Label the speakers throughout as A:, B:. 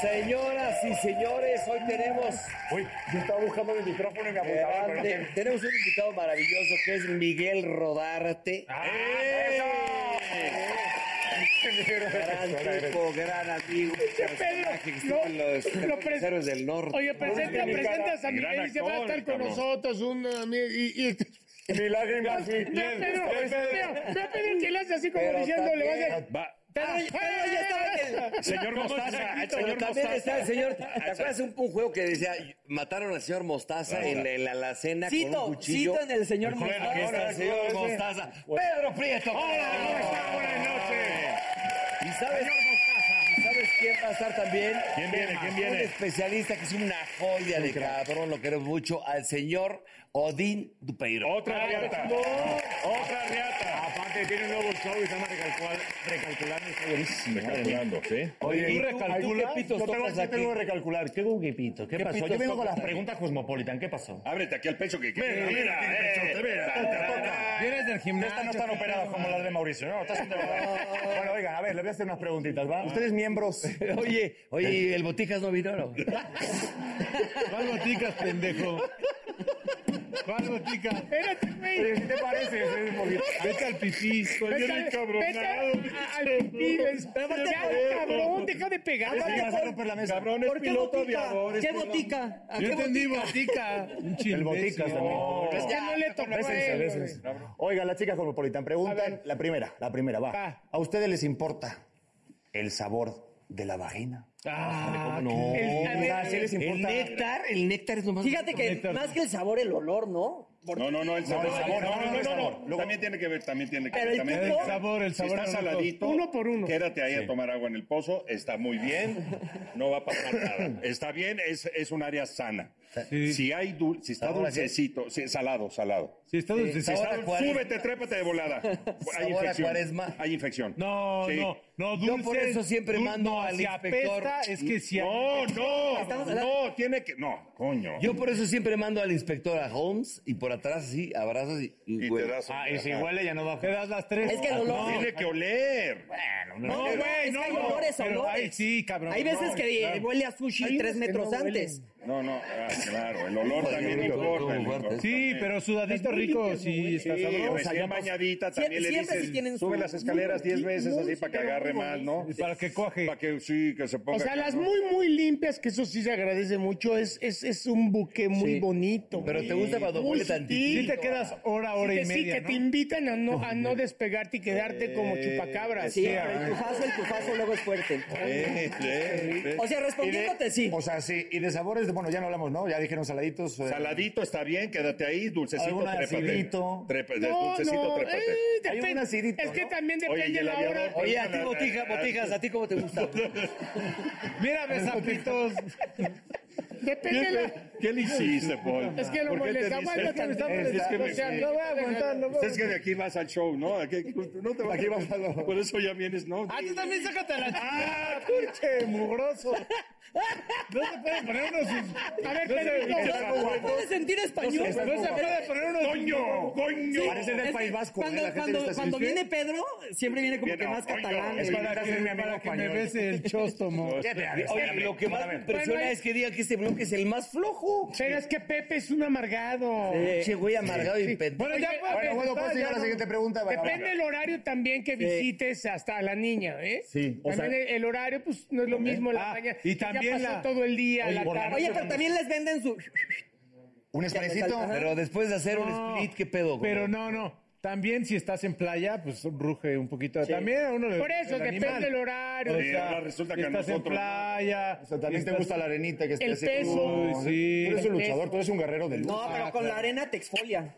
A: Señoras y señores, hoy tenemos,
B: Uy, yo estaba buscando mi micrófono y me
A: eh,
B: apuntaba. pero
A: ande- tenemos un invitado maravilloso que es Miguel Rodarte.
B: ¡Ah,
A: ¡Eh! Gran
B: eso!
A: tipo, gran amigo, este personaje que estuvo en los Héroes del Norte.
C: Oye, presenta,
B: Uy,
C: presentas a
B: gran
C: Miguel y se va a
B: actor,
C: estar con
B: cabrón.
C: nosotros un amigo. Y, y-
B: Mi lágrima, sí.
C: Ve a Pedro,
B: Bien,
C: Pedro,
B: Pedro.
C: ve a Pedro que le hace así como
A: Pero
C: diciendo, le va
D: ah,
C: a hacer.
A: también-
B: Va.
C: Pedro,
A: Pedro ya estaba en el-
B: Señor Mostaza, el
A: Pero
B: señor
A: también está el
B: Mostaza.
A: señor. ¿Te acuerdas un, un juego que decía mataron al señor Mostaza en la, en la alacena con un
E: Cito,
A: cuchillo?
E: cito en el señor
B: Bueno,
E: Mostaza.
B: aquí está
A: Ahora,
B: el
A: señor
B: juego ese.
A: Mostaza. Pedro Prieto.
B: Hola, ¿cómo está? Buenas noches.
A: ¿Y sabes, ¿y sabes quién va a estar también?
B: ¿Quién viene? ¿Quién
A: Un
B: viene?
A: especialista que es una joya de cabrón, lo queremos mucho, al señor Odín Dupeiro.
B: Otra riata. Otra riata.
D: Aparte, tiene un nuevo show y se llama Recalcular, Recalculando. Está buenísimo.
B: Recalculando,
F: ¿eh?
B: ¿sí?
D: Oye,
A: ¿y
D: ¿y
A: tú
D: recalculas?
A: qué pitos
D: Yo tengo,
A: tocas
D: yo
A: aquí?
D: tengo que recalcular. ¿Qué guipito? ¿Qué,
A: ¿Qué
D: pasó?
A: pitos
D: Yo vengo con
A: tocas
D: las
A: aquí?
D: preguntas cosmopolitan. ¿Qué pasó?
B: Ábrete aquí al pecho que Ah, Mira,
D: mira, eh,
B: mira. toca.
D: Vienes del gimnasio. Estas no están operadas como las de Mauricio, ¿no? Estás haciendo- Bueno, oigan, a ver, les voy a hacer unas preguntitas, ¿va? Ustedes miembros...
A: Oye, oye, el Botijas no vino, ¿no?
D: ¿Cuál boticas, pendejo? ¿Cuál boticas?
C: espérate, güey.
D: ¿Qué te parece? Vete al pipí,
C: Vete al- vete a- al pibes. Ya, cabrón, deja de pegar.
D: Es que vas a romper la mesa. Cabrón, es piloto aviador.
E: ¿Qué botica? ¿A qué
D: botica. El boticas también.
C: Es que no le tocó
D: A
C: a
D: veces, a
C: él,
D: veces. Oiga, las chicas cosmopolitan preguntan, la primera, la primera, va.
C: Va.
D: ¿A ustedes les importa el sabor de la vagina? Ah, no.
C: El- a ver,
D: Ah, sí les
A: El
D: importa.
A: néctar, el néctar es lo más.
E: Fíjate que más que el sabor, el olor, ¿no?
B: No, no, no, el sabor.
D: el
B: no,
D: sabor, no,
B: no,
D: no,
B: no,
D: el
B: no,
D: sabor.
B: no.
D: Luego-
B: También tiene que ver, también tiene que
E: Pero
B: ver.
E: el
B: también
E: tipo-
B: tiene que ver.
E: El
G: sabor, el
B: Si
G: sabor
B: está
G: a los dos.
B: saladito,
C: Uno por uno.
B: Quédate ahí a tomar agua en el pozo, está muy bien, no va a pasar nada. Está bien, es, es un área sana. Si hay dul- si está
D: ¿Sabor a qué?
B: dulcecito, sí, salado, salado.
G: Sí, está dulce.
B: Si está
A: ¿Sabor a
B: dul-
A: cuaresma?
B: súbete, trépate de volada. Hay
A: ¿Sabor a
B: infección.
A: cuaresma?
B: Hay infección.
G: No,
B: Sí.
G: no, no,
A: Yo
G: dulce.
A: por eso siempre
G: dul-
A: mando
G: no,
A: al
G: si
A: inspector.
G: apesta, es que si
B: No,
E: Estamos
B: no,
E: hablando-
B: no, tiene que. No, coño.
A: Yo por eso siempre mando al inspector a Holmes y por atrás así, abrazas y.
B: Y
A: güey.
B: te das- Ah,
D: Ah, y si huele ya no va a quedar.
G: das las tres.
E: Es
D: Ah,
E: que el olor.
B: pues Tiene que oler.
G: No, güey,
E: es que
G: no,
E: hay
G: no.
E: olores,
G: Pero
E: olores.
G: ahí sí, cabrón.
E: Hay veces
G: No,
E: que eh, huele a sushi
C: Hay
E: tres
C: unos que
E: metros
C: no
E: antes.
B: No, no, ah, claro, el olor
A: Híjole,
B: también
A: no,
B: importa.
A: no,
B: el
A: fuerte.
B: olor
G: Sí,
B: también.
G: pero sudadito rico, sí, está
B: Sí,
G: sabroso.
B: recién bañadita
E: Sie-
B: también le
E: siempre
B: dices,
E: sí tienen su-
B: sube las escaleras 10 veces
G: muy
B: así para que
G: pero
B: agarre
G: muy
B: mal,
G: bonito.
B: ¿no?
G: Para que coje.
B: Para que sí, que se ponga.
C: O sea, las
B: ¿no?
C: muy, muy limpias, que eso sí se agradece mucho, es, es, es un buque muy
A: Sí.
C: bonito.
A: Pero
C: güey.
A: te gusta cuando
C: Muy
A: huele tantito.
G: Sí
C: sutil.
G: te quedas hora, hora
C: Que
G: y
C: sí,
G: media,
C: que
G: ¿no?
C: te invitan a no, a no despegarte y quedarte como chupacabras.
E: Sí, pero
C: pues,
E: el tufazo, el tufazo luego es fuerte.
B: Eh, eh, eh.
E: O sea, respondiéndote sí.
D: O sea, sí. Y de sabores, bueno, ya no hablamos, ¿no? Ya dijeron saladitos. eh,
B: Saladito está bien, quédate ahí, dulcecito,
D: Algún
B: trépate.
D: acidito.
B: Trépate,
C: No,
B: dulcecito,
C: no,
B: trépate.
C: eh,
D: Hay un
C: depende.
D: acidito,
C: Es que
D: ¿no?
C: también
B: Oye,
C: depende
B: y
C: de
B: el
C: la
B: aviador,
C: hora.
A: Oye, a ti, botija, botijas, ¿a ti cómo te gusta?
G: Mira, besapitos.
C: Depende la...
B: ¿Qué le hiciste, Paul?
C: Es que lo
B: ¿Por qué te
C: molesta
B: dice?
C: mal,
B: Es que me-
C: O sea, no voy a aguantar, no voy a
B: Es que de aquí vas al show, ¿no? Aquí, no te vas, Por eso ya vienes, ¿no?
G: Ah, tú también sácate la ¡Ah, pinche mugroso! No se puede poner uno sus...
C: A ver,
G: no se-
C: Pedrito,
E: ¿No puedes sentir español?
G: No se puede poner uno
B: ¡Coño! ¡Coño!
D: Parece del
E: Es
D: País
E: que
D: Vasco.
E: Cuando, cuando, cuando viene Pedro, siempre viene como
B: Viene,
E: que más
B: oigo,
E: catalán.
B: es
E: güey.
D: para que, mi amigo
G: para que me bese el chóstomo.
A: Oye, lo que más me impresiona
C: Bueno,
A: es que digan que este bloque es el más flojo.
C: Pero es que Pepe es un amargado.
A: Che, güey, amargado y pendejo.
C: Bueno, ya
G: Oye,
C: puedo
D: Bueno, bueno,
C: contestar,
D: pues
C: ya
D: llegar a la
C: no-
D: siguiente pregunta. Bueno,
C: Depende
D: venga.
C: el horario también que visites hasta a la niña, ¿eh?
D: Sí, o
C: También
D: sea-
C: el- el horario, pues, no es lo mismo en la
G: Ah,
C: mañana.
G: y
C: que
G: también
C: ya pasó
G: la-
C: todo el día,
G: Oye,
C: la
G: por la
C: tarde.
G: noche
E: Oye, pero también les venden su...
D: ¿Un espacito?
E: Ajá.
A: Pero después de hacer un
G: No,
A: split, ¿qué pedo? güey?
G: Pero no, no. También si estás en playa, pues ruge un poquito. También a uno le
C: Por eso, depende
G: animal.
C: del horario.
G: O
B: Sí,
G: sea,
B: ahora resulta que a
G: estás en
B: nosotros, ¿no?
G: playa.
D: O sea, también te gusta la arenita que esté
C: El
D: así.
C: peso.
D: Uy,
G: Sí.
D: Tú eres un
C: El
D: luchador,
C: peso.
D: tú eres un guerrero de luz.
E: No, pero con la arena te exfolia.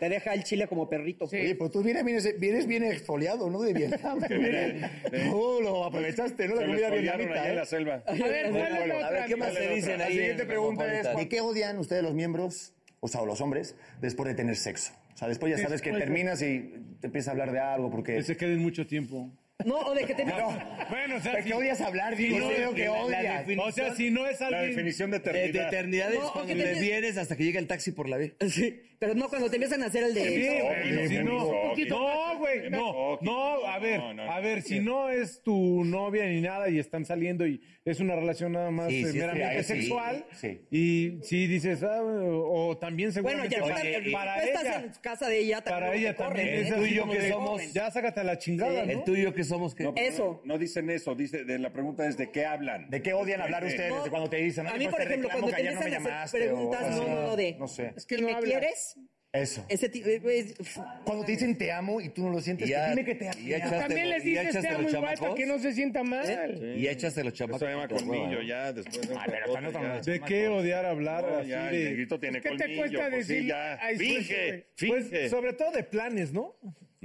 E: Te deja el chile como perrito.
D: Oye, pues tú vienes, vienes, vienes bien exfoliado, ¿no? De Vietnam. Vienes- No, Uh, lo aprovechaste, ¿no? La
B: Se me
D: comida
B: esfoliaron
D: vietnamita.
B: allá en
D: ¿eh?
B: la selva.
C: A ver, ¿cuál es la
D: Bueno,
C: otra?
A: a ver, ¿qué más
C: amigo?
A: se dicen
D: La
A: ahí?
D: siguiente
A: en
D: pregunta es,
A: Cosmopolitan?
D: ¿de qué odian ustedes los miembros, o sea, o los hombres, después de tener sexo? O sea, después ya sabes que
G: Después.
D: terminas y te empiezas a hablar de algo porque...
G: Que se queden mucho tiempo.
E: No, o de que te...
G: Bueno, o sea,
D: ¿De qué odias hablar? Digo,
G: no,
D: no veo que
G: la- la
D: odias.
G: o sea, si no es
B: La
G: alguien...
B: definición de
A: Eh, de
B: eternidad.
A: eternidad es
E: No,
A: cuando
E: ¿qué te-
A: te vienes hasta que llega el taxi por la vía.
E: Sí, pero no cuando te empiezan a hacer el
G: Sí,
E: de...
G: güey, si
B: misógino,
G: no,
B: misógino.
G: no, güey, no,
B: Misógino.
G: no, a ver,
B: No, no,
G: a ver, si no es tu novia ni nada y están saliendo y es una relación nada más
A: Sí,
G: eh,
A: sí, sí,
G: meramente
A: sí,
G: sexual,
D: sí.
G: y si dices, ah, o, o también
E: Bueno,
G: seguramente
E: ya
G: para,
E: también,
G: para
E: tú estás
G: ella,
E: en casa de ella, también
G: para
E: te
G: ella
E: corren,
G: también,
E: ¿eh?
G: es
A: tú y
G: así
A: yo
G: como
A: que
G: de,
A: somos-
G: ya sácate a la chingada, ¿no?
A: El tuyo que somos que...
B: No, pero
E: Eso.
B: No, no dicen eso, dice, de la pregunta es de qué hablan.
D: ¿De qué odian hablar ustedes
E: No,
D: de cuando te dicen?
E: a mí,
D: "Ay, pues,
E: por
D: te
E: ejemplo,
D: reclamo
E: cuando
D: que
E: te
D: ayer no
E: empiezan
D: me
E: a hacer
D: llamaste", o
E: preguntas,
D: así.
E: no, no, no, de...
D: No sé.
C: Es que no
E: ¿Me
C: hablas.
E: quieres?
D: Eso.
E: Ese tipo... eh, güey, uf.
D: Cuando te dicen te amo y tú no lo sientes,
A: Ya-
D: que dile que te
A: y ya
D: amo.
A: echaste-
C: También les
A: ¿Y ya
C: dices
A: echaste
C: te amo
A: los
C: igual para
A: chamacos?
C: que no se sienta
D: Eh,
C: mal.
A: Y échaste los chamacos.
B: Eso se llama
A: por huevo,
B: colmillo,
A: ¿eh?
B: ya después.
D: Ay, pero
B: otra
D: está no
B: cosa,
D: tan
B: ya.
D: mal.
G: ¿De qué odiar hablar
B: No,
G: así
B: ya, el
G: de-
B: negrito tiene
C: ¿Qué te
B: colmillo.
C: cuesta
B: pues sí,
C: decir?
B: ya.
C: Ay, pues,
B: Finge,
G: Pues,
B: finge.
G: sobre todo de planes, ¿no?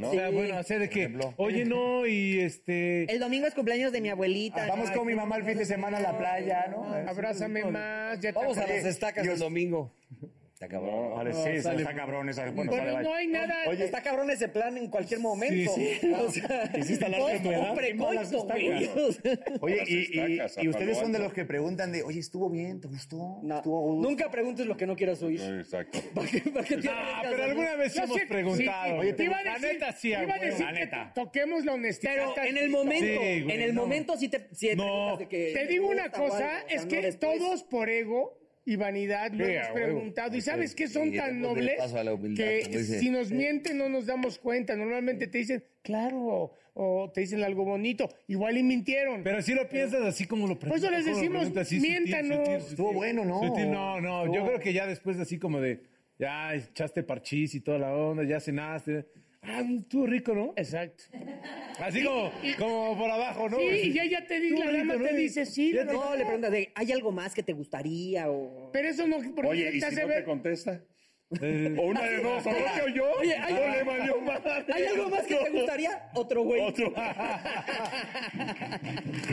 G: O sea,
E: Sí.
G: bueno, hacer de que, oye, no, y este...
E: El domingo es cumpleaños de mi abuelita.
D: Ah, Vamos
E: Ay,
D: con mi mamá el fin de semana a la playa, ¿no?
C: Ah, Abrázame más. Ya te
A: Vamos a
C: acordé.
A: las estacas el domingo. Está cabrón.
D: No, vale, sí, esa está cabrón esa. Bueno, sale,
C: Pero
D: vaya.
C: no hay nada.
E: Está cabrón ese plan en cualquier momento. O sea,
D: Hiciste alarde de tu
E: coito,
D: edad,
E: precoito,
D: no las
E: güey. O sea,
D: Oye,
B: Las
D: y, y-
B: estacas,
D: y ustedes son de
B: apaloando.
D: los que preguntan de, oye, ¿estuvo bien? ¿Te gustó?
E: no,
D: ¿Estuvo a gusto?"
E: nunca preguntes lo que no quieras oír.
B: Exacto.
E: ¿Para qué, para qué te
G: Ah,
E: arriesgas,
G: pero
E: no?
G: alguna vez
C: Yo
G: hemos
C: sé-
G: preguntado.
C: sí,
G: güey.
C: te iba a
G: la
C: decir-
G: neta sí,
C: iba a
G: güey,
C: decir
G: la
C: que
G: neta.
C: to- toquemos la honestidad.
E: Pero
C: tantito.
E: en el momento,
G: Sí, güey,
E: en el
G: no.
E: momento sí te, sí te
G: No.
E: preguntas de que
C: Te
E: me
C: digo una
E: gusta o
C: cosa,
E: algo, o sea,
C: es
E: no
C: que
E: después.
C: todos por ego y vanidad lo
G: Sí,
C: hemos
G: a huevo.
C: preguntado. ¿Y sabes qué son
A: Y
C: tan
A: debemos darle
C: nobles?
A: paso a la humildad, como
C: Que
A: dice.
C: si nos mienten no nos damos cuenta. Normalmente te dicen, claro, o te dicen algo bonito. Igual y mintieron.
G: Pero si lo piensas así como lo
C: eso
G: preguntas,
C: pues les
G: como lo
C: decimos,
G: preguntas, así, sutil,
C: miéntanos.
G: sutil, sutil.
D: Estuvo bueno, ¿no?
G: Sutil, no, no, yo creo que ya después así como de, ya echaste parchís y toda la onda, ya cenaste. Ah, estuvo rico, ¿no?
C: Exacto.
G: Así como, como por abajo, ¿no?
C: Sí, y ya, ya te dice,
G: Estuvo
C: la
G: rico,
C: dama
G: ¿no?
C: te dice, sí. la
E: No,
C: verdad.
E: le preguntas de, ¿hay algo más que te gustaría o...?
C: Pero eso no, porque
B: Oye, ¿y
C: te
B: si
C: hace
B: no te
C: ver.
B: contesta? O una de dos, ¿o no te oyó?
E: Oye, hay-
B: ¿O le valió madre?
E: ¿Hay algo más que te gustaría? Otro güey.
B: Otro.
D: Ah,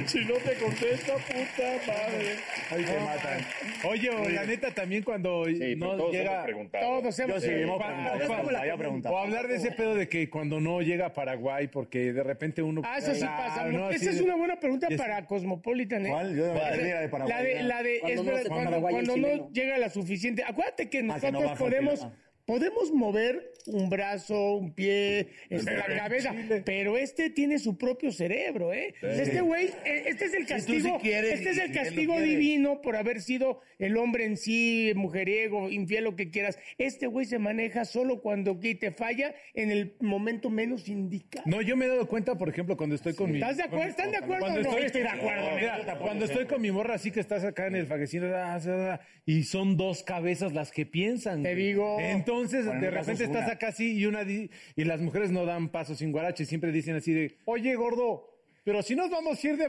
B: si no te contesta, puta madre.
D: Ahí te matan.
G: Oye, o la neta también cuando
B: Sí, pero
G: no
B: todos
G: llega...
B: hemos preguntado.
C: Todos hemos.
D: Sí, hemos
G: Cuando-
D: preguntado, hemos
G: cuando-
D: preguntado, ya preguntado.
G: O hablar de ese pedo de que cuando no llega a Paraguay, porque de repente uno.
C: Ah, eso sí
G: Ah,
C: pasa.
G: no,
C: mucho.
G: así
C: Esa es
G: de-
C: una buena pregunta
G: es-
C: para Cosmopolitan. ¿eh?
D: ¿Cuál? Yo de verdad, era de Paraguay.
C: La de, la de
E: Cuando
C: es
E: no
C: verdad,
E: se-
C: cuando,
E: Paraguay,
C: cuando
E: el
C: no
E: chileno.
C: llega la suficiente. Acuérdate que
D: Ah, que
C: nosotros
D: no baja el
C: podemos,
D: chileno,
C: podemos mover un brazo, un pie,
D: Ah.
C: este, la cabeza, pero este tiene su propio cerebro, ¿eh? Este güey, eh, este es el castigo,
A: quieres
C: este es
A: y
C: el
A: él lo
C: castigo
A: quiere.
C: divino por haber sido el hombre en sí, mujeriego, infiel, lo que quieras. Este güey se maneja solo cuando que te falla en el momento menos indicado.
G: No, yo me he dado cuenta, por ejemplo, cuando estoy con mi.
C: ¿Estás de acuerdo? ¿Están de acuerdo
G: Cuando
C: o no?
G: estoy,
C: Estoy de
G: acuerdo. cuando estoy con mi morra, así que estás acá en el faquecino, ah, ah, ah, y son dos cabezas las que piensan.
C: Te
G: güey.
C: digo.
G: Entonces,
D: Bueno,
G: de
D: en mi caso
G: repente
D: es
G: estás
D: una.
G: acá así y una di- y las mujeres no dan paso sin guarache, siempre dicen así de, oye, gordo. Pero si nos vamos a ir de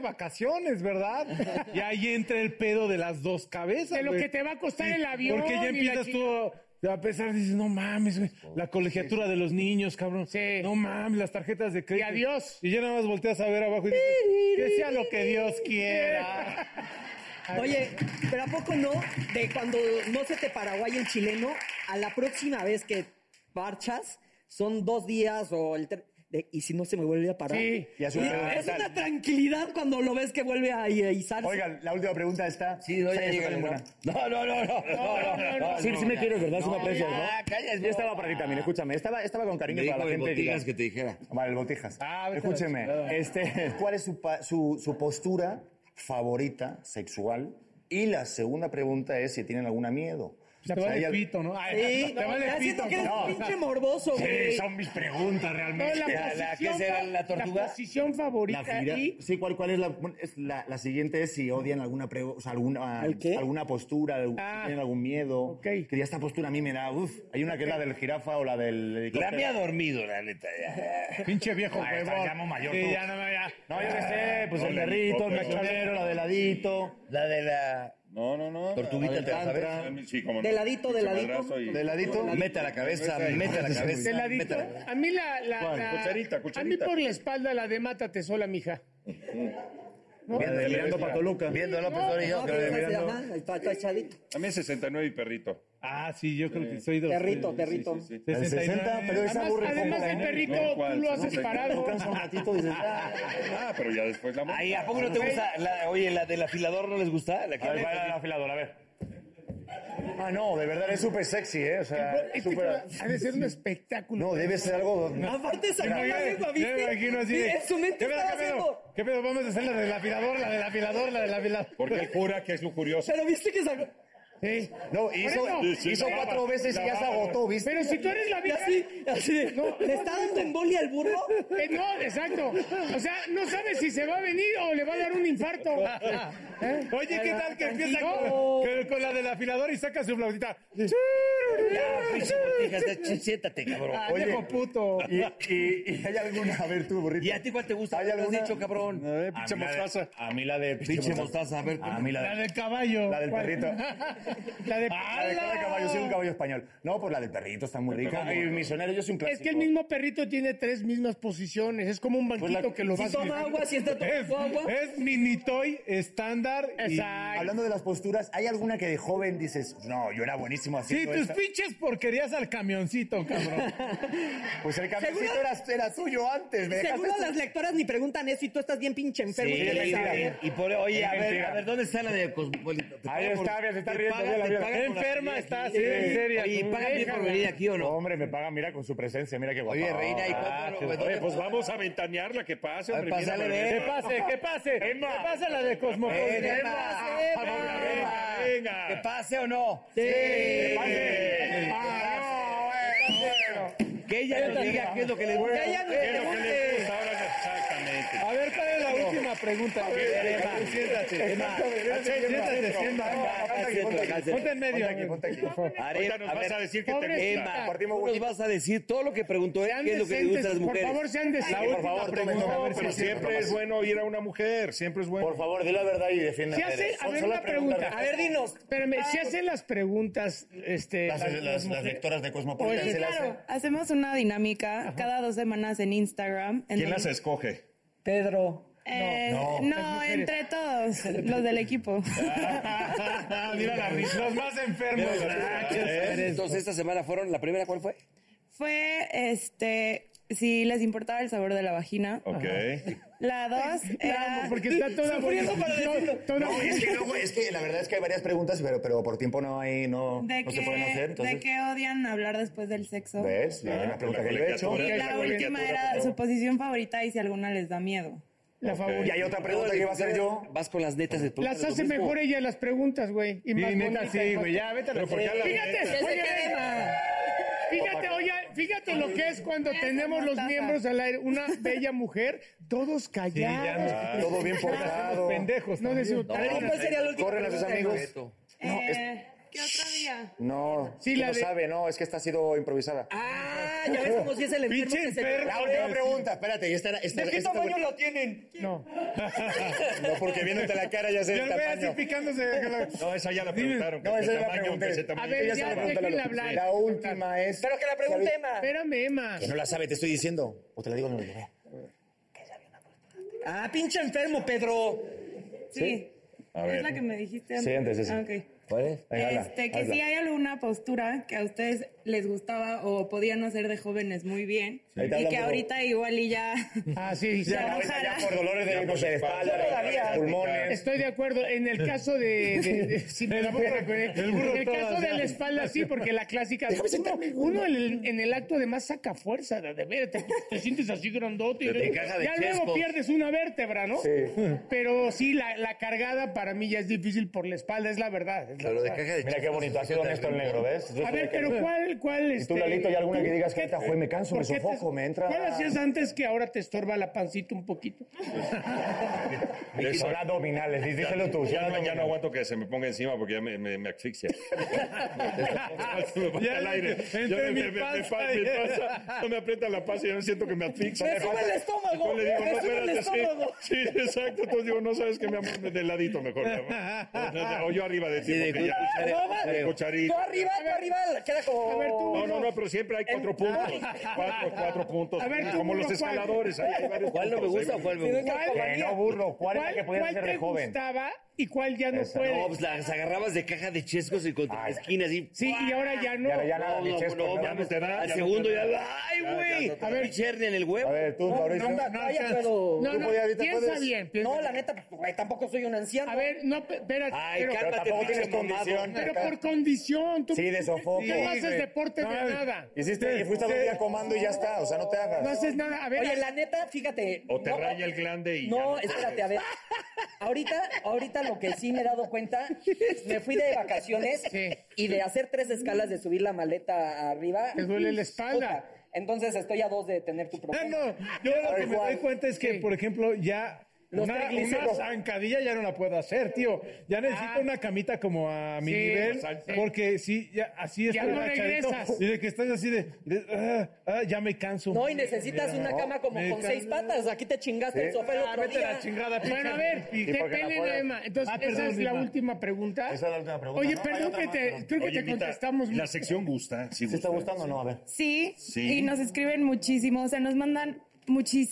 G: vacaciones, ¿verdad? Y ahí entra el pedo de las dos cabezas.
C: De lo
G: güey.
C: que te va a costar el avión
G: Porque
C: y la
G: ya empiezas tú a- a pesar, dices, no mames, güey, la colegiatura de los niños, cabrón.
C: Sí.
G: No mames, las tarjetas de crédito.
C: Y adiós.
G: Y ya nada más volteas a ver abajo y dices, que sea lo que Dios quiera.
E: Oye, pero ¿a poco no? De cuando no se te paraguaya el chileno, a la próxima vez que marchas, son dos días o el tre- de- y si no se me vuelve a parar.
C: Sí,
D: y a su
E: Y
D: pedo
E: es
D: mental.
E: una tranquilidad cuando lo ves que vuelve a i- a izarse.
D: Oigan, la última pregunta está.
A: Sí, no, ya
D: Sáquense
A: llega.
D: también buena.
A: No, no, no, no, no, no, no.
D: Sí, sí me quiero verdad, sí me aprecias, ¿no?
A: ya, cállate,
D: Yo estaba
A: no.
D: para ti también, escúchame. Estaba, estaba con
A: Me
D: cariño
A: dijo
D: para la
A: el
D: gente. diga-
A: Botigas que te dijera.
D: Vale, el Botijas.
G: Ah, vete a la chingada.
D: Escúcheme, este, ¿cuál es su, pa- su, su postura favorita sexual? Y la segunda pregunta es si tienen alguna miedo.
G: Te
D: O sea,
G: vale
D: hay al-
G: pito, ¿no? Ay,
E: Sí,
G: te vale
E: ya
G: pito.
E: siento que eres
G: no.
E: pinche morboso, güey.
D: Sí, son mis preguntas
C: No,
D: realmente.
C: la
A: La-
C: posición,
A: la- ¿qué será,
C: fa-
A: la tortuga?
C: posición favorita
D: gira-
C: y
D: Sí, ¿cuál, cuál es, la, es la, la siguiente? Es si odian alguna pre- o sea, alguna,
E: ¿El qué?
D: alguna postura, algún-
C: Ah.
D: si tienen algún miedo.
C: Ok.
D: Que ya esta postura a mí me da, uff. Hay una que es la del jirafa o la del
A: La
D: helicóptero.
A: mía dormido, la neta, ya.
G: Pinche viejo
D: Ah, estás
G: huevón.
D: ya muy mayor
G: Sí,
D: tú.
G: ya no me ya.
D: No,
A: Ah,
D: yo qué sé, pues
B: No,
D: el
B: la
D: perrito, el
B: helicóptero.
D: mechonero, la de ladito.
A: La de la
B: No, no, no.
A: tortuguita, ¿te la sabes?
B: Sí, cómo no.
E: De ladito, de
B: Pinche
E: ladito.
B: madrazo y-
D: ¿De ladito?
A: Mete a la cabeza, mete a la cabeza.
C: de ladito.
A: mete a la-
C: A mí la, la,
D: ¿Cuál?
C: la-
B: Cucharita,
C: A mí
B: cucharita.
C: por la espalda la de mátate sola, mija.
D: Viendo, mirando para Toluca.
A: Viendo López Obrador
E: No, pero
A: y yo,
E: esa se
A: creo
E: llama, ahí está, está echadito.
B: A mí es 69 y perrito.
G: Ah, sí, yo creo que soy dos.
E: Perrito, perrito.
B: Sí, sí.
D: El 60, pero esa
C: Además,
D: aburre un
C: además
D: poco,
C: el
D: ¿no?
C: perrito
B: ¿Cuál?
C: tú lo
B: No
C: haces
B: sé.
C: parado.
D: Descansa un ratito y dices, ah,
B: Ah, pero ya después la
A: Ay, ¿a poco no te gusta? la- oye, la del afilador no les gusta. La que
D: A ver, para el afilador, a ver. Ah, no, de verdad es súper sexy, ¿eh? O sea,
C: Es que
D: súper...
C: Este ha de ser un espectáculo.
D: No, debe ser algo...
E: Aparte esa
G: Yo
E: cara,
G: me-
E: ¿lo
G: yo me
E: viste?
G: imagino así.
E: Sí,
G: de,
E: En su mente
G: ¿Qué pedo,
E: estaba
G: qué pedo?
E: haciendo...
G: ¿Qué pedo? Vamos a hacer la del afilador, la del afilador, la del afilador.
B: Porque él jura que es un curioso.
E: Pero viste que sacó...
C: Sí.
D: No, hizo,
C: Por eso.
D: hizo cuatro veces y ya se agotó, ¿viste?
C: Pero si tú eres la
E: Y
C: vieja...
E: así, así de, ¿Le está dando embolia al burro?
C: Eh, no, exacto. O sea, no sabes si se va a venir o le va a dar un infarto. ¿Eh?
G: Oye, ¿qué tal que empieza
C: Tranquilo.
G: con, que- con la del afilador y saca su flautita?
A: Fíjate, siéntate, cabrón.
G: Ah, viejo puto.
D: Y, y- y hay alguna... A ver, tú, burrito.
A: ¿Y a ti cuál te gusta?
D: ¿Hay
A: ¿Qué te has
D: alguna?
A: dicho, cabrón?
D: A ver,
G: pinche
D: a mí la de-
G: mostaza.
D: A mí la de...
A: Pinche mostaza, a ver.
D: A mí la
G: La
D: de...
G: del caballo.
D: La del
G: ¿Cuál?
D: perrito.
C: La de...
D: La de cada caballo, sí, un caballo español. No, pues la del perrito está muy rica. Y misionero, yo soy un
C: Es
D: clásico.
C: que el mismo perrito tiene tres mismas posiciones. Es como un banquito que lo
E: Si
C: vas
E: toma agua, si está
G: Es,
E: tomando agua...
G: es mini toy estándar. y-
C: Exacto.
D: Hablando de las posturas, ¿hay alguna que de joven dices, no, yo era buenísimo
G: Sí,
D: haciendo
G: tus
D: esta"?
G: pinches porquerías al camioncito, cabrón.
D: Pues el camioncito
E: Seguro-
D: era, era tuyo antes. Me dejaste
E: Seguro las lectoras ni preguntan eso y tú estás bien pinche enfermo. y quieres saber.
A: y por oye, a
D: Es
A: ver,
D: mentira.
A: a ver, ¿dónde está la de Cosmopolitan? ¿Te
D: Ahí
A: pagan
D: está,
A: por-
D: mira, se está
A: te
D: riendo,
A: pagan-
D: mira,
A: te
D: mira.
A: pagan por la
G: Enferma
A: venida
G: está,
A: aquí,
G: sí,
A: ¿eh?
G: en
A: Oye,
G: serio, tú,
A: ¿pagan bien por
G: déjala.
A: venir aquí o no?
D: Hombre, me paga, mira, con su presencia, mira qué guapa.
A: Oye, reina, ¿y cuándo? lo-
B: Ah, Oye,
A: dónde-
B: pues vamos a ventanearla, que pase,
A: A
B: hombre.
A: ver, pásale,
B: mira,
A: ve.
G: Que pase, que pase.
D: Emma.
G: Que pase la de Cosmopolitan.
A: Eh, Emma,
G: Emma, Emma,
A: Emma.
G: Emma, venga.
A: ¿Que pase o no?
D: ¡Que pase!
A: Que ella nos diga qué es lo que le gusta.
E: Que ella nos
A: ¿Qué es
E: diga
A: lo que le gusta?
B: Ahora exactamente.
G: A ver, ¿cuál es la última pregunta? Emma, siéntate. Emma, siéntate, siéntate. Ponte en medio.
D: Ponte aquí, ponte aquí.
A: Haré-
B: Ahorita nos
A: a
B: vas
A: ver,
B: a decir que te
C: Pobre-
B: gusta.
A: Emma,
D: Compartimos
A: tú nos
D: gusto.
A: vas a decir todo lo que preguntó él, qué es lo que le gusta a las
C: Por
A: mujeres.
C: favor, sean
D: La
C: decentes.
D: última pregunta.
B: No,
D: a ver si
B: pero
D: es cierto,
B: siempre es
D: Tomás.
B: bueno oír a una mujer, siempre es bueno.
D: Por favor, di la verdad y defiende.
C: Si hace, a ver, una pregunta.
E: A ver, dinos.
C: Espérame, si hacen las preguntas, este...
D: Las, las- las
C: mujeres-
D: lectoras de Cosmopolitan
C: Oye,
D: se las
C: claro.
D: hacen.
H: Hacemos una dinámica cada dos semanas en Instagram. en
B: ¿Quién
H: donde-
B: las escoge?
E: Pedro.
H: Eh,
D: No, pues, Ah.
H: no, entre todos, los del equipo.
G: Mira la risa. Los más enfermos.
A: Entonces, esta semana fueron, ¿la primera cuál fue?
H: Fue, este, si les importaba el sabor de la vagina.
B: Ok.
H: La dos
C: La
H: era...
C: amo, porque está toda...
E: Sufriendo para decirlo.
C: toda-
D: No, es que, luego- es que la verdad es que hay varias preguntas, pero, pero por tiempo no hay, no,
H: De,
D: no
H: que,
D: se pueden hacer. Entonces,
H: de que odian hablar después del sexo.
D: ¿Ves? Y hay una pregunta que yo he hecho.
H: Y
B: Esa
H: la última era su posición favorita y si alguna les da miedo.
C: La favorita.
D: Y hay otra pregunta que iba a hacer yo.
A: Vas con las netas de tu
C: Las hace mejor ella las preguntas, güey. Y más
G: neta,
C: bonita,
G: sí,
C: hijo.
G: güey, ya, vete a la
C: Fíjate, oye, fíjate, oye, fíjate lo que es cuando tenemos los miembros al aire. Una bella mujer, todos callados.
D: Todo bien portado.
G: pendejos.
C: no decimos
G: también.
C: "Ay,
E: ¿Cuál sería la última
D: Corren a sus
E: pregunta?
D: amigos.
H: Eh, ¿Qué otro día?
D: No,
C: Sí,
D: no
C: la de-
D: sabe, no, es que esta ha sido improvisada.
E: Ah, ya ves como si es el enfermo
G: Pinche
E: que se...
G: enfermo.
D: La última pregunta, espérate, y esta era. Esta,
E: ¿De qué
D: esta-
E: tamaño lo tienen?
C: No.
D: No, porque viéndote la cara ya sé
G: Yo
D: el
G: lo veo así
D: tamaño.
G: picándose.
B: No, esa ya la preguntaron. que
D: No, esa
B: qué
D: ya la
B: tamaño,
D: pregunté.
B: que ese tamaño.
C: A ver,
D: Ella se
C: ya,
D: la preguntó la
C: déjenla
D: Lupita.
C: hablar.
D: La última es.
E: Pero que la pregunte Emma.
C: Espérame, Emma.
D: Que No la sabe, te estoy diciendo. O te la digo en el
E: Ah, pinche enfermo, Pedro.
H: Sí.
B: A ver.
H: Es la que me dijiste antes.
D: Sí, antes, esa.
H: Ah, ok.
I: ¿Cuál es?
D: Hazla,
H: Este, que
D: hazla.
H: si hay alguna postura que a ustedes les gustaba o podían hacer de jóvenes muy bien
D: Ahí te
H: y
D: habla
H: que
D: un poco.
H: ahorita igual y ya...
C: Ah, sí, sí.
H: Ya,
D: Ahorita ya
H: ojalá.
D: por dolores de, no sé, de espalda, de pulmones.
C: Estoy de acuerdo. En el caso de. de- de- sí, me la voy a recoger.
G: el burro
C: en el
G: todas,
C: caso de
G: ya.
C: la espalda, sí, porque la clásica. Uno, uno en, el, en el acto además saca fuerza, de, de ver, te, te sientes así grandote. y
A: Te- te
C: luego-
A: caga de
C: ya luego
A: chesco.
C: pierdes una vértebra, ¿no? Pero sí, la, la cargada para mí ya es difícil por la espalda, es la verdad. es la
I: Pero de
C: verdad.
I: caja de
D: Mira qué
I: chicas,
D: bonito, aquí
I: eso
D: don
I: te
D: esto el
I: rinco.
D: negro, ¿ves?
C: A ver, pero ¿cuál, cuál
D: Y tú,
C: este,
D: Lalito, hay alguna que digas que
C: ¿qué-
D: ahorita, güey, me canso, me
C: por qué te-
D: sofoco, me entra.
C: ¿Cuál hacías antes que ahora te estorba la pancita un poquito?
D: Son abdominales, dí- díselo tú.
B: Ya no, ya
D: son
B: no
D: abdominales.
B: aguanto que se me ponga encima porque ya me, me, me asfixia. se me
G: Ya,
B: pasa el aire.
G: entre
B: Ya me,
G: mi
B: me, me- me
G: panza
B: pa-
G: y-
B: me pasa, no me aprieta la panza y ya me siento que me asfixia.
E: Me sube el
B: Después
E: estómago,
B: le digo,
E: me
B: no,
E: sube el
B: espérate, sí.
E: estómago.
B: Sí, exacto. Entonces digo, no sabes que mi amor, de ladito mejor. mi amor. O yo arriba de ti.
I: de
B: porque ya-
I: cuchara-
E: No, vale.
B: de
E: Tú
B: cucharita.
E: arriba, tú arriba, queda como.
C: A ver, tú,
B: No, no, no, pero siempre hay cuatro puntos. Cuatro, cuatro puntos.
C: A ver, tú,
B: como los
C: ¿cuál?
B: escaladores. Hay, hay varios
I: ¿Cuál no me
B: puntos, hay
D: ¿eh?
I: gusta o
B: varios-
I: cuál me gusta?
D: Que no, burro, ¿cuál es la que podías
C: cuál
D: hacer
C: te
D: de joven?
C: gustaba y cuál ya no
D: Esa. Ah,
C: puede?
I: No, pues las agarrabas de caja de chescos y contra la
D: Ay.
I: esquina así.
C: sí, y ahora ya no.
D: Ya, ya nada,
I: No,
D: ni
I: no,
D: chesco,
I: no,
D: ¿no?
I: mames,
B: te da,
I: al
B: ya no
I: segundo
B: te
I: ya,
B: da.
I: ay, güey, a ver, cherne en el huevo.
D: A ver, tú, Mauricio.
E: Vaya, pero.
C: no,
D: ¿Tú
C: no,
D: podías- ahorita
C: Eh, piensa
D: puedes?
C: bien, piensa
E: No,
C: bien.
E: la neta, pues, güey, tampoco soy un anciano.
C: A ver, no, pe- espérate.
I: Ay,
C: pero,
I: cálmate,
D: Pero tampoco
I: pinche
D: tienes
I: mamado.
D: condición.
C: pero por condición, tú
D: Sí, de sofoco.
C: tú no haces deporte de nada.
D: Hiciste, y fuiste a un día comando y ya está, o sea, no te
C: No
D: hagas.
C: haces nada. A ver,
E: Oye, la neta, fíjate.
B: O te
E: no-
B: raya el glande y. ya
E: No, espérate, a ver. Ahorita, ahorita lo que sí me he dado cuenta, me fui de vacaciones
C: Sí.
E: y de hacer tres escalas de subir la maleta arriba.
C: Te duele la espalda.
E: Puta, Entonces estoy a dos de tener tu
G: Ah,
E: problema.
G: no, yo lo que me doy cuenta es que,
C: Sí.
G: por ejemplo, ya
E: Los
G: una,
E: triglicéridos.
G: una zancadilla ya no la puedo hacer, tío. Ya necesito
C: Ah.
G: una camita como a mi
C: Sí,
G: nivel,
C: sí.
G: porque sí, ya, así es.
C: Ya no regresas.
G: Y de que estás así de, de, ah, ah, ya me canso.
E: No, y necesitas una cama como
G: me
E: con seis patas. Aquí te chingaste el sofá el
G: Ah,
E: otro
G: vete a
E: día.
G: la chingada.
C: Bueno, a ver,
G: pinche-
D: porque la
C: depende
D: puedo-
C: de Emma. Entonces,
G: Ah,
C: esa
G: perdón,
C: es la
G: Emma.
C: última pregunta.
D: Esa es la última pregunta.
C: Oye,
D: No, hay
C: perdón
D: otra
C: que
D: más,
C: te,
D: pero-
C: creo que
B: Oye,
C: te
B: Mita,
C: contestamos.
B: La sección gusta. Sí,
D: ¿Sí está
B: gusta.
D: gustando o no? A ver.
H: Sí,
B: Sí.
H: y nos escriben muchísimo, o sea, nos mandan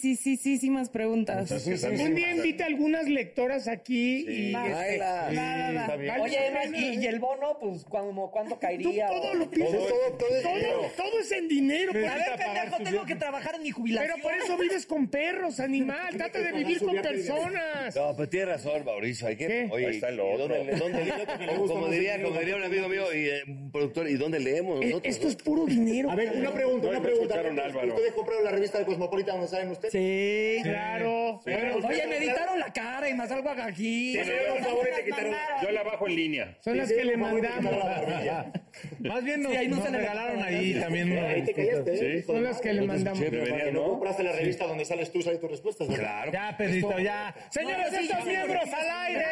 H: muchísimas preguntas.
C: Un día invita a algunas lectoras aquí y este,
I: Ay, la-
H: Va, va, va.
D: Está bien.
C: Vale,
E: Oye, Emma,
C: bueno,
E: ¿y, y el bono, pues, ¿cuándo, cuándo
C: tú
E: caería?
C: todo
E: O-
C: lo piensas.
D: Todo, todo es
C: Todo,
D: dinero.
C: todo es en dinero.
G: Me
C: por-
E: A
G: Necesita
E: ver,
G: pagar
E: pendejo,
G: su
E: tengo
G: viaje.
E: que trabajar en mi jubilación.
C: Pero por eso vives con perros, animal. Trata de vivir con personas. Eh,
I: No, pues tiene razón, Mauricio. Hay que.
C: ¿Qué?
I: Oye,
B: Ahí está el
I: ¿y
B: otro.
I: ¿Dónde, dónde le- como, diría, como diría un amigo mío y eh, un productor, ¿y dónde leemos
C: Eh,
I: nosotros?
C: Esto es puro dinero.
D: A ver, una pregunta,
B: No,
D: una
B: no
D: pregunta.
B: escucharon a Álvaro.
D: ¿Ustedes compraron la revista de Cosmopolitan, no saben ustedes?
C: Sí, claro. Bueno,
E: Oye, me editaron la cara y más algo aquí.
B: Por favor, te quitaron- Yo la bajo en línea.
C: son las que le mandamos.
G: Más bien nos,
E: Sí, ahí no
G: nos
E: se le-
G: regalaron ahí también una
D: Ahí te callaste, ¿eh?
C: Son las que le mandamos.
B: Debería,
D: No
B: ¿no?
D: compraste la revista donde sales tú, sales tus respuestas. ¿verdad?
I: Claro.
G: Ya, Pedrito, ya. Señores,
E: sí,
G: estos
E: ya me
G: miembros al aire.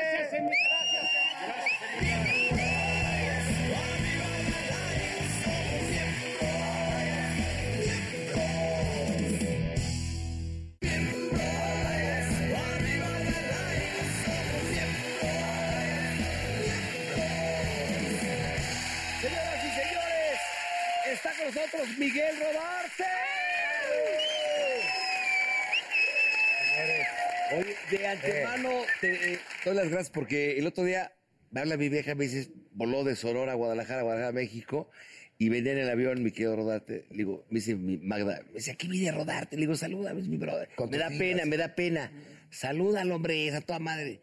I: Señoras y señores, está con nosotros Miguel Rodarte. Oye,
G: Eh.
I: de antemano, te eh, doy las gracias porque el otro día me habla mi vieja, me dice, voló de Sonora a Guadalajara, Guadalajara, México, y venía en el avión, mi querido Rodarte. Le digo, me dice mi Magda, me dice, aquí vine a Rodarte. Le digo, saluda, es mi brother. Me da pena, me da pena. Salúdalo, hombre, es a toda madre.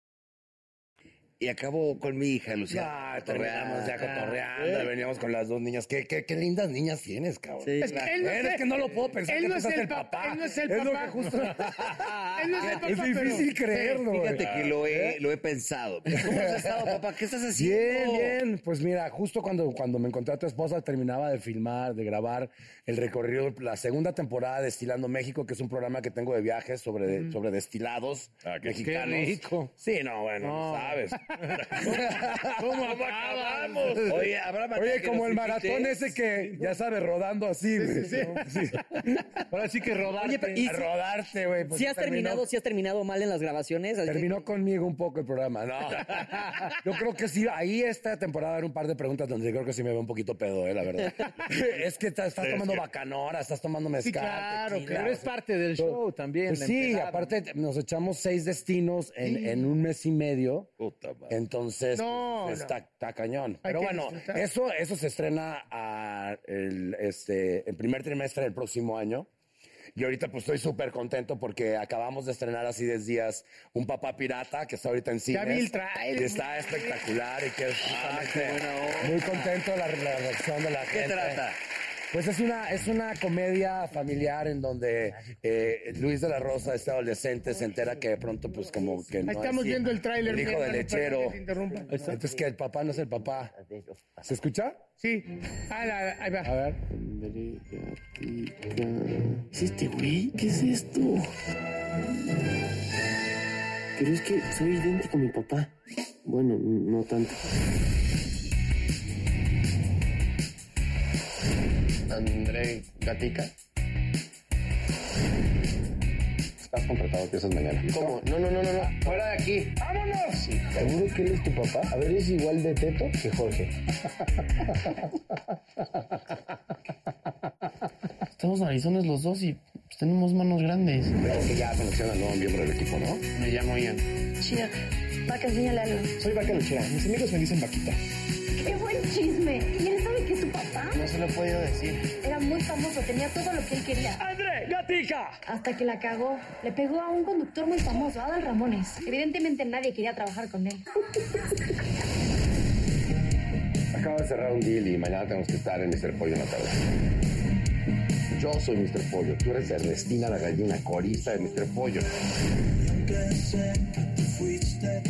J: y acabó con mi hija, Lucía.
K: No,
J: cotorreamos,
K: terminamos
J: ya
K: acá.
J: cotorreando,
K: Sí.
J: veníamos con las dos niñas. ¿Qué, qué, qué lindas niñas tienes, cabrón?
C: Es que él no
J: Eres
C: es el-
J: que no lo puedo pensar.
C: él
J: que
C: no
J: tú
C: es
J: seas
C: el papá, él no es el
J: lo
C: papá.
J: que justo-
D: Ah,
C: Él no es el papá,
J: es difícil
C: pero-
J: creerlo. güey.
I: Fíjate que lo he,
J: ¿Eh?
I: lo he pensado. ¿Cómo has estado, papá? ¿Qué estás haciendo?
J: Bien, bien. Pues mira, justo cuando, cuando me encontré a tu esposa, terminaba de filmar, de grabar el recorrido, la segunda temporada de Destilando México, que es un programa que tengo de viajes sobre, de-
G: Ujú.
J: sobre destilados
G: qué-
J: mexicanos.
G: qué rico.
J: Sí, no, bueno,
G: No.
J: sabes.
G: ¿Cómo
J: acabamos?
G: Oye,
J: Oye,
G: habrá
J: habrá
G: manera
J: Oye
G: que
J: como
G: nos
J: el maratón
G: invites.
J: ese que, ya sabes, rodando así. güey. Sí.
G: Ahora sí que rodarte.
E: Oye, pero- y si-
J: rodarte, güey. pues,
E: si has
J: terminó-
E: terminado, si has terminado mal en las grabaciones. Así que-
J: Terminó conmigo un poco el programa, ¿no? Yo creo que sí, ahí esta temporada era un par de preguntas donde yo creo que sí me veo un poquito pedo, eh, la verdad. es que estás, estás
G: Es
J: tomando
G: que-
J: bacanora, estás tomando mezcal.
G: Sí, claro,
J: tequila,
G: claro, es
J: güey.
G: parte del
J: Todo.
G: show también,
J: Pues
G: la
J: sí,
G: empedada,
J: aparte nos echamos seis destinos en,
G: Sí.
J: en un mes y medio. Entonces,
G: No,
J: pues,
G: no.
J: Está, está cañón.
G: Hay
J: Pero
G: que
J: bueno,
G: disfrutar.
J: eso, eso se estrena a el, este, el primer trimestre del próximo año. Y ahorita pues estoy súper contento porque acabamos de estrenar así 10 días Un Papá Pirata, que está ahorita en cines.
C: vi el tráiler.
J: Y está espectacular y que es justamente
C: Ah, qué buena onda.
J: muy contento la, la reacción de la
C: ¿Qué
J: gente.
C: trata?
J: Pues es una, es una comedia familiar en donde eh, Luis de la Rosa, este adolescente, se entera que de pronto pues como que no
C: Ahí estamos
J: es-
C: viendo el tráiler.
J: El hijo
C: Pedro,
J: del
C: perdón
J: lechero.
C: que te interrumpa.
J: Entonces que el papá no es el papá. ¿Se escucha?
C: Sí. Ah, la- la- ahí va.
J: A ver.
D: ¿Es este güey? ¿Qué es esto? Pero es que soy idéntico a mi papá. Bueno, no tanto.
J: André Gatica. Estás contratado, empiezas mañana. ¿Cómo? No, no, no, no, no. Fuera de aquí. ¡Vámonos! ¿Seguro que él es tu papá? A ver, es igual de teto que Jorge.
D: Estamos narizones los dos y pues, tenemos manos grandes.
J: Creo que ya conocieron al nuevo miembro del equipo, ¿no?
D: Me llamo Ian.
H: Chida. Vaca, enséñale algo.
D: Soy Vaca Luchera. Mis amigos me dicen Vaquita.
H: ¡Qué buen chisme! ¿Y él sabe que su papá?
D: No se lo he podido decir.
H: Era muy famoso, tenía todo lo que él quería. ¡André, gatica! Hasta que la cagó. Le pegó a un conductor muy famoso, Adal Ramones. Evidentemente nadie quería trabajar con él.
J: Acabo de cerrar un deal y mañana tenemos que estar en Mr. Pollo en la tarde. Yo soy Mr. Pollo, tú eres Ernestina la gallina, corista de Mr. Pollo.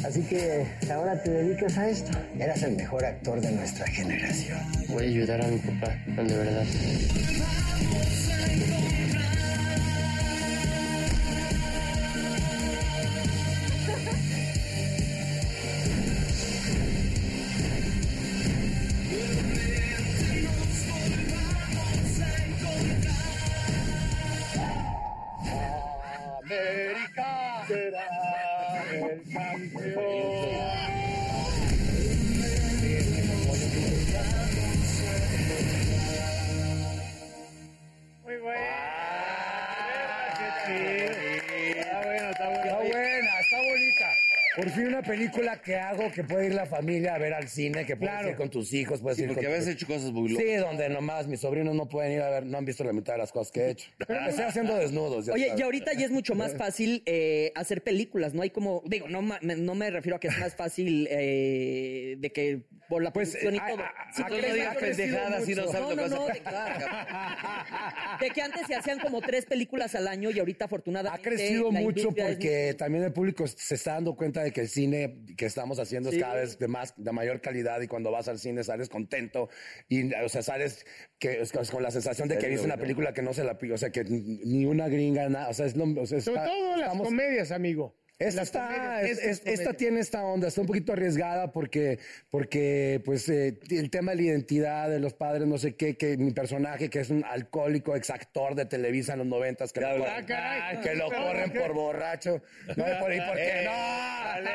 D: Así que ahora te dedicas a esto. Eras el mejor actor de nuestra generación. Voy a ayudar a mi papá, de verdad.
J: América será el campeón.
C: Muy bueno. Está bueno, está bueno.
J: Está buena, está bonita. Por fin una película que hago que puede ir la familia a ver al cine, que puedes
I: Claro.
J: ir con tus hijos, puedes
I: Sí,
J: ir
I: porque
J: con
I: a veces
J: tus-
I: he hecho cosas muy locas.
J: Sí, donde nomás mis sobrinos no pueden ir a ver, no han visto la mitad de las cosas que he hecho.
E: Pero-
J: Empecé Ah, haciendo desnudos. ya
E: Oye,
J: sabes.
E: y ahorita ya es mucho más fácil eh, hacer películas, ¿no? Hay como, digo, no, ma- me, no me refiero a que es más fácil eh, de que por la producción y
J: Pues, a-
E: todo.
J: a-
E: Sí,
J: a-
E: pero
J: a-
E: es-
J: digas
E: ha crecido
J: pendejadas y no
E: mucho.
J: sabes lo
E: no,
J: que
E: no,
J: vas a
E: no, de, ah, de que antes se hacían como tres películas al año y ahorita afortunadamente
J: Ha crecido
E: la
J: mucho
E: industria es
J: porque también el público se está dando cuenta de que el cine que estamos haciendo
E: Sí.
J: es cada vez de más de mayor calidad y cuando vas al cine sales contento y o sea sales que es- con la sensación de que
C: Serio,
J: viste una
C: ¿no?
J: película que no se la pi- o sea que ni una gringa nada o sea es lo o sea,
C: Sobre
J: está-
C: todo las
J: estamos-
C: comedias, amigo.
J: esta,
C: Las
J: está-
C: comedias,
J: es-
C: estas
J: es- esta
C: comedias.
J: tiene esta onda, está un poquito arriesgada porque, porque pues, eh, el tema de la identidad de los padres, no sé qué, que mi personaje, que es un alcohólico, exactor de Televisa en los noventas, que, lo corren,
C: caray.
J: que lo
C: Pero,
J: corren
C: ¿qué?
J: por borracho. No, y por, y por qué
C: Eh,
J: no. No,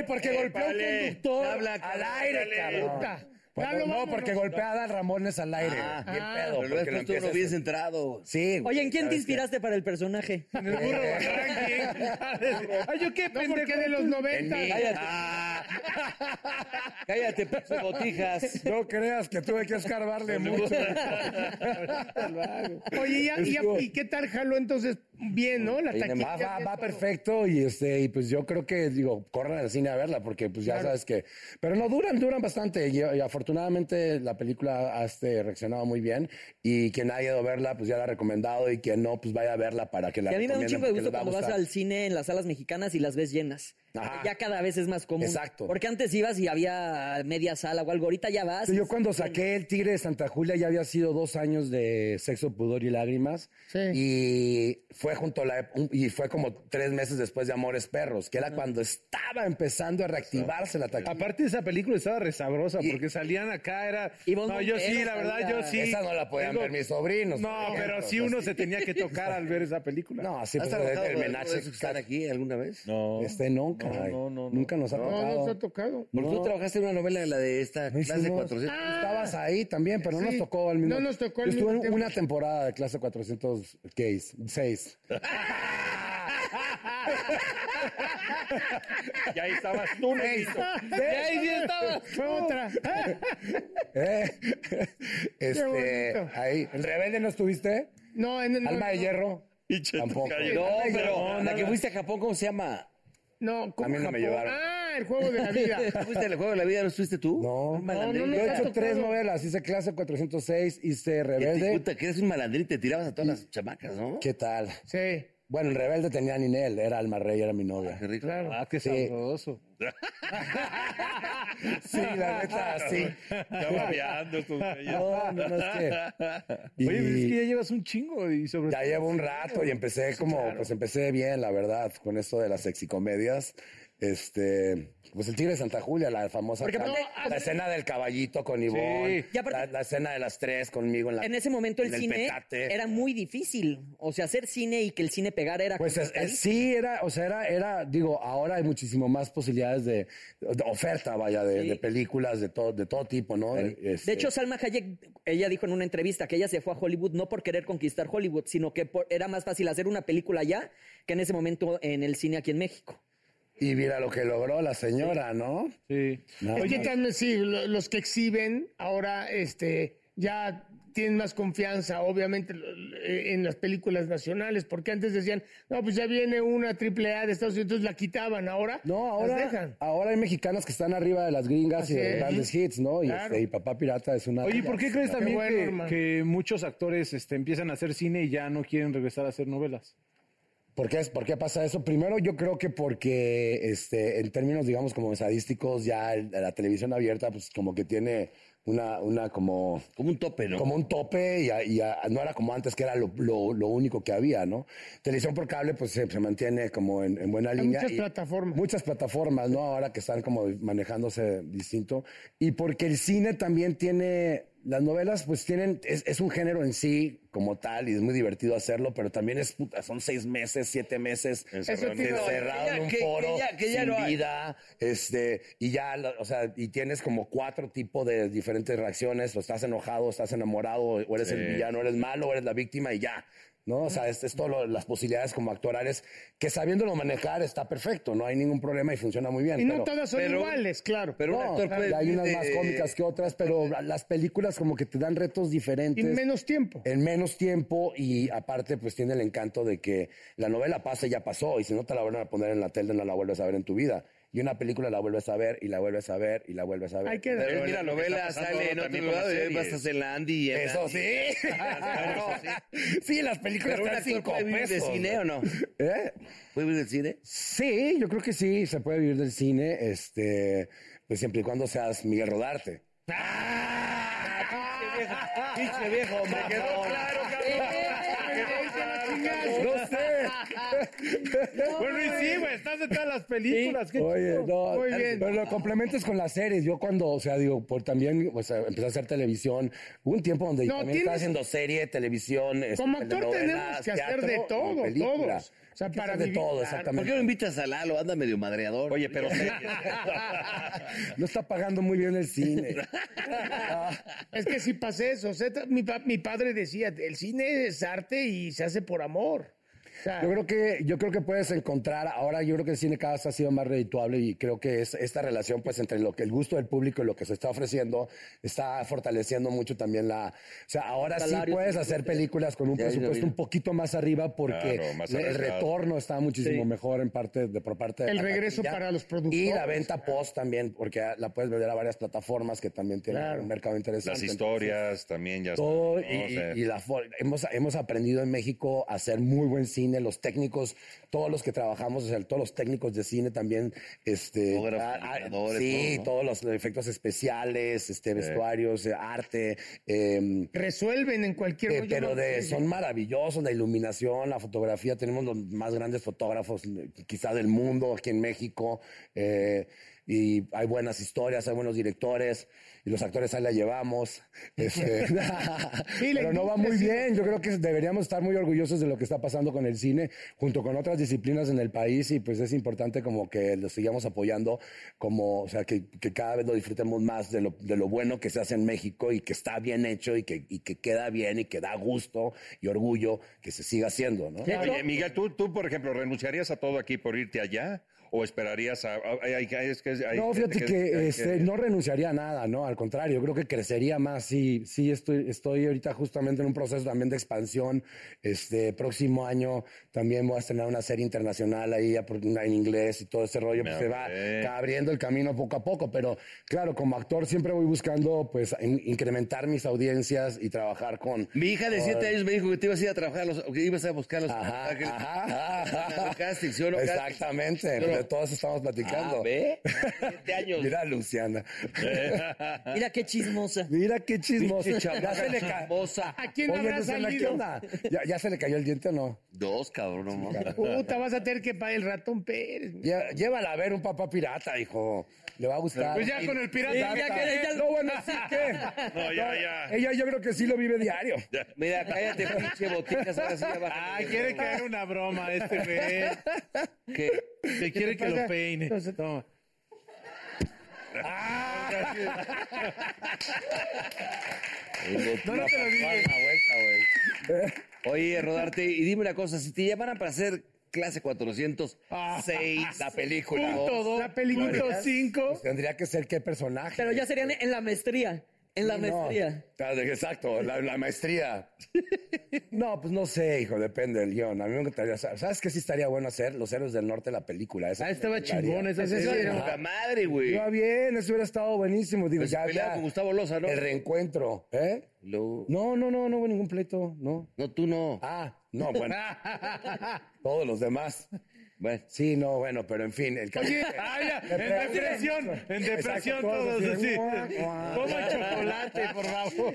J: y porque golpeó a un conductor al aire, cabrón. Bueno,
E: Lalo,
J: no,
E: vámonos.
J: porque golpea a Adal Ramones al aire.
I: Ah,
J: bien
I: ah,
J: pedo.
I: pero lo
E: pues
J: porque
I: has puesto,
J: empieza
I: no
J: a
I: hubiese
J: hacer.
I: entrado.
J: Sí, güey,
E: Oye, ¿en quién te
J: ¿sabes qué?
E: inspiraste para el personaje?
C: Ay, yo qué pendejo. porque de los 90.
I: En mí.
J: Ah. Cállate, pinche botijas. No creas que tuve que escarbarle mucho.
C: Oye, ¿y, y-
J: Estuvo-
C: y qué tal jaló entonces bien, ¿no? La
J: Ahí nada
C: taquilla.
J: más. va, va, va perfecto y este y pues yo creo que digo corran al cine a verla porque pues ya
C: Claro.
J: sabes que pero no duran duran bastante y, y afortunadamente la película ha este, reaccionado muy bien y quien haya ido a verla pues ya la ha recomendado y quien no pues vaya a verla para que la
E: Y a mí me da un
J: recomienden,
E: chingo de
J: porque
E: gusto
J: les va a
E: cuando vas
J: gustar.
E: al cine en las salas mexicanas y las ves llenas.
J: Ajá.
E: Ya cada vez es más común.
J: Exacto.
E: Porque antes ibas y había media sala o algo. Ahorita ya vas.
J: Yo cuando saqué El Tigre de Santa Julia ya había sido dos años de sexo, pudor y lágrimas. Y fue junto a la, un- y fue como tres meses después de Amores Perros, que era cuando estaba empezando a reactivarse la taquilla.
G: Aparte esa película estaba resabrosa porque salían acá, era... no, yo sí, la verdad, yo sí.
J: Esa no la podían
G: Digo,
J: ver mis sobrinos.
G: No, pero sí uno se tenía que tocar al ver esa película.
J: No, sí, pues, el, el menaje.
I: estar aquí alguna vez?
G: No.
J: Este nunca. Nunca nos ha
I: No,
J: tocado.
I: nos ha
C: tocado.
I: Porque
J: No.
I: tú trabajaste en una novela, la de esta clase
J: hicimos.
I: 400.
J: Tú Estabas ahí también, pero no nos tocó al mismo
C: No nos tocó al
J: Yo Estuve
C: mismo
J: en
C: tiempo.
J: una temporada de clase 400 gays, 6.
B: Y Ah. ahí estabas tú, Negrito. Y ahí sí estabas.
C: Fue otra.
J: Eh, Este,
C: bonito.
J: ahí. ¿El rebelde no estuviste?
C: No, en el.
J: Alma de hierro. Tampoco.
I: No, pero
J: No,
I: la
J: no,
I: que
J: no.
I: fuiste a Japón, ¿cómo se llama?
C: No, ¿cómo
I: A mí no me
C: Japón?
I: llevaron.
C: Ah, el juego de la vida.
I: ¿Fuiste al juego de la vida? ¿No estuviste tú?
J: No.
I: malandrín.
J: Yo he hecho tres novelas. Hice clase 406, hice
I: Este,
J: Rebelde.
I: puta, que eres un malandrín, te tirabas a todas las chamacas, ¿no?
J: ¿Qué tal?
C: Sí.
J: Bueno, en Rebelde tenía a Ninel, era Alma Rey, era mi novia.
G: Claro. Ah, qué sabroso.
J: Sí, la neta, sí.
B: Ya babeando estos güeyes.
J: No, no, no, es que-
G: Oye, pero es
J: Y-
G: que ya llevas un chingo y sobre
J: Ya llevo un rato y empecé como, pues empecé bien, la verdad, con esto de las sexicomedias. Este, pues el Tigre de Santa Julia, la famosa.
E: Porque
J: ca-
E: aparte-
J: la escena del caballito con Ivonne.
E: Sí. Y aparte-
J: la, la escena de las tres conmigo en la.
E: en ese momento el,
J: en
E: cine
J: petate.
E: era muy difícil. O sea, hacer cine y que el cine pegara era.
J: Pues es- es-
E: complicadísimo.
J: sí, era, o sea, era, era, digo, ahora hay muchísimo más posibilidades de, de oferta, vaya, de, de películas de todo, de todo tipo, ¿no? Este,
E: De hecho, Salma Hayek, ella dijo en una entrevista que ella se fue a Hollywood no por querer conquistar Hollywood, sino que por- era más fácil hacer una película allá que en ese momento en el cine aquí en México.
J: y mira lo que logró la señora, ¿no?
G: Sí.
C: Es que también sí, lo- los que exhiben ahora este, ya tienen más confianza, obviamente, lo- eh, en las películas nacionales, porque antes decían, no, pues ya viene una triple A de Estados Unidos, entonces la quitaban, ahora
J: No,
C: las
J: ahora,
C: dejan.
J: ahora hay mexicanas que están arriba de las gringas
C: Así
J: y de los
C: es.
J: grandes hits, ¿no? Y,
G: Claro.
J: este, y Papá Pirata es una. de
G: Oye, ¿y
J: ellas.
G: ¿por qué crees
J: Qué
G: también
J: bueno,
G: que-
J: hermano.
G: que, muchos actores este, empiezan a hacer cine y ya no quieren regresar a hacer novelas?
J: ¿Por qué, es- ¿Por qué pasa eso? Primero, yo creo que porque este, en términos, digamos, como estadísticos, ya el- la televisión abierta, pues como que tiene una, una como...
I: Como un tope, ¿no?
J: Como un tope y, a- y a- no era como antes, que era lo, lo- lo único que había, ¿no? Televisión por cable, pues se, se mantiene como en, en buena
C: Hay
J: línea.
C: muchas
J: y-
C: plataformas.
J: Muchas plataformas, ¿no? Ahora que están como manejándose distinto. Y porque el cine también tiene, las novelas pues tienen, es, es un género en sí como tal y es muy divertido hacerlo, pero también es, puta, son seis meses, siete meses
I: Encerrado en un-
J: encerrado en un
I: Que- que
J: foro,
I: ya- que ya
J: sin
I: lo hay.
J: vida, este, y ya, la- o sea, y tienes como cuatro tipos de diferentes reacciones, o estás enojado, o estás enamorado, o eres
I: Sí.
J: el villano, eres malo, o eres la víctima y ya. ¿No? O sea, es, es todo lo- las posibilidades como actorales que sabiéndolo manejar está perfecto, no hay ningún problema y funciona muy bien.
C: Y no
J: pero-
C: todas son iguales, claro.
J: pero
C: No,
J: un actor
C: claro.
J: puede hay unas más cómicas que otras, pero las películas como que te dan retos diferentes.
C: En menos tiempo.
J: En menos tiempo y aparte pues tiene el encanto de que la novela pasa y ya pasó y si no te la vuelven a poner en la tele no la vuelves a ver en tu vida. Y una película la vuelves a ver y la vuelves a ver y la vuelves a ver.
C: Hay que-
I: Pero
J: Pero
I: es que la
J: lo que
I: novela
J: está pasando
I: sale
J: ahora
I: en otro
J: también con las
I: lugar, eh,
J: series.
I: vas a Zelandia y en
J: Eso sí. sí, las películas
I: Pero un
J: están
I: actor
J: cinco
I: puede vivir de
J: pesos,
I: cine o no?
J: ¿Eh?
I: ¿Puede vivir del cine?
J: Sí, yo creo que sí, se puede vivir del cine, este, pues siempre y cuando seas Miguel Rodarte.
I: Pinche viejo, hombre, quedó claro,
J: No sé.
G: bueno, y sí, güey, estás en todas las películas. qué
J: Oye,
G: chido.
J: no,
G: Muy bien.
J: pero lo complementas con las series. Yo cuando, o sea, digo, por también, o sea, empecé a hacer televisión. Hubo un tiempo donde
C: No,
J: también estaba
C: tienes-
J: haciendo serie, televisión, este,
C: Como actor tenemos
J: telenovelas,
C: que hacer
J: teatro
C: de
J: y
C: todo,
J: película.
C: todos. O sea,
J: Hay que
C: para
J: hacer de
C: vivir,
J: todo,
C: claro.
J: exactamente.
I: ¿Por qué no invitas a Lalo? Anda medio madreador.
B: Oye, pero
J: No está pagando muy bien el cine.
C: Es que si pasa eso. o sea, mi, pa- mi padre decía, el cine es arte y se hace por amor.
J: Yo creo que yo creo que puedes encontrar ahora yo creo que el cine cada vez ha sido más redituable y creo que es esta relación pues entre lo que el gusto del público y lo que se está ofreciendo está fortaleciendo mucho también la o sea ahora sí
L: Salarios,
J: puedes hacer películas con un
L: Ya, ya
J: presupuesto
L: vi.
J: un poquito más arriba porque
L: Claro, más
J: el
L: arriesgado.
J: retorno está muchísimo
L: Sí.
J: mejor en parte de por parte de
C: El
J: la
C: regreso
J: taquilla.
C: para los productores.
J: y la venta post también porque la puedes vender a varias plataformas que también tienen
C: Claro.
J: un mercado interesante
B: Las
J: Entonces,
B: historias también ya
J: todo y,
B: están, ¿no? O
J: y-
B: sea,
J: y la for- hemos, hemos aprendido en México a hacer muy buen cine, los técnicos, todos los que trabajamos, o sea, todos los técnicos de cine también, este, ah, ah,
I: iluminadores,
J: sí,
I: todo, ¿no?
J: todos los efectos especiales, este, vestuarios, eh, arte, eh,
C: Resuelven en cualquier
J: eh,
C: rollo,
J: pero
C: ¿no?
J: de,
C: Sí, sí.
J: son maravillosos, la iluminación, la fotografía. Tenemos los más grandes fotógrafos eh, quizá del mundo aquí en México. eh, y hay buenas historias, hay buenos directores. Y los actores ahí la llevamos. este,
C: la
J: pero no va muy bien. Yo creo que deberíamos estar muy orgullosos de lo que está pasando con el cine, junto con otras disciplinas en el país. Y pues es importante como que lo sigamos apoyando, como, o sea, que, que cada vez lo disfrutemos más de lo, de lo bueno que se hace en México y que está bien hecho y que, y que queda bien y que da gusto y orgullo que se siga haciendo, ¿no?
B: Oye, Miguel, ¿tú, tú, por ejemplo, ¿renunciarías a todo aquí por irte allá? ¿O esperarías a.? a- hay- hay- es que- hay
J: No,
B: gente
J: fíjate que,
B: hay
J: este, no renunciaría a nada, ¿no? Al contrario, creo que crecería más. Sí, sí, estoy, estoy ahorita justamente en un proceso también de expansión. Este próximo año también voy a estrenar una serie internacional ahí ya por- en inglés y todo ese rollo. Pues, se va
L: Ok.
J: abriendo el camino poco a poco, pero claro, como actor siempre voy buscando pues in- incrementar mis audiencias y trabajar con...
I: Mi hija de
J: con-
I: 7 años me dijo que te ibas a ir a trabajar, a los, que ibas a buscar los.
J: Ajá,
I: a que-
J: ajá,
I: a los castings, yo no casting.
J: Exactamente,
I: Yo
J: de
I: no-
J: todos estamos platicando.
I: Ah, ¿ve? Siete años.
J: Mira, Luciana.
E: Mira qué chismosa.
J: Mira qué chismosa.
I: Pinche
J: Ya
I: chamaca
J: se le ca-
I: chismosa.
C: ¿A quién
J: Oye,
C: habrá
J: Luciana, ¿qué
C: salido?
J: onda? ¿Ya, ya se le cayó el diente o no?
I: Dos, cabrón, no mames.
C: Puta, vas a tener que pagar el ratón Pérez.
J: Lle- Llévala a ver un papá pirata, hijo. Le va a gustar.
C: Pues ya con el pirata. Sí, ya que- ya-
J: No, bueno, sí que.
C: No, ya, ya.
J: Ella yo creo que sí lo vive diario.
I: Mira, cállate, pinche boticas, ahora sí ya baja.
G: Ay, quiere que haga una broma este güey.
I: ¿Qué?
G: Te quiere que lo peine. Toma.
J: Ah,
I: No, no te lo dije. Oye, Rodarte, y dime una cosa, si te llamaran para hacer clase 406,
J: Ah,
I: la película.
C: punto dos, la película.
I: ¿Podrías?
C: 5.
J: Pues tendría que ser qué personaje.
E: Pero ya serían en la maestría. En la
J: Sí, no.
E: maestría.
J: Ah, de- Exacto, la, la maestría. No, pues no sé, hijo, depende del guión. A mí me gustaría. sa- ¿Sabes qué sí estaría bueno hacer? Los héroes del norte, la película. Esa ah,
G: estaba chingona
I: Pues
G: esa serie. Puta
I: madre, güey.
J: Iba bien, eso hubiera estado buenísimo. Digo,
I: Pues
J: ya
I: peleaba
J: había
I: con Gustavo Loza, ¿no?
J: El reencuentro, ¿eh? No, no, no, no hubo ningún pleito, no.
I: No, tú no.
J: Ah, no, bueno. Todos los demás. Sí, no, bueno, ah, pero en fin, el caso
G: Oye,
J: es que-
G: ay, ya, en depresión, en depresión todos así. Toma chocolate, por favor.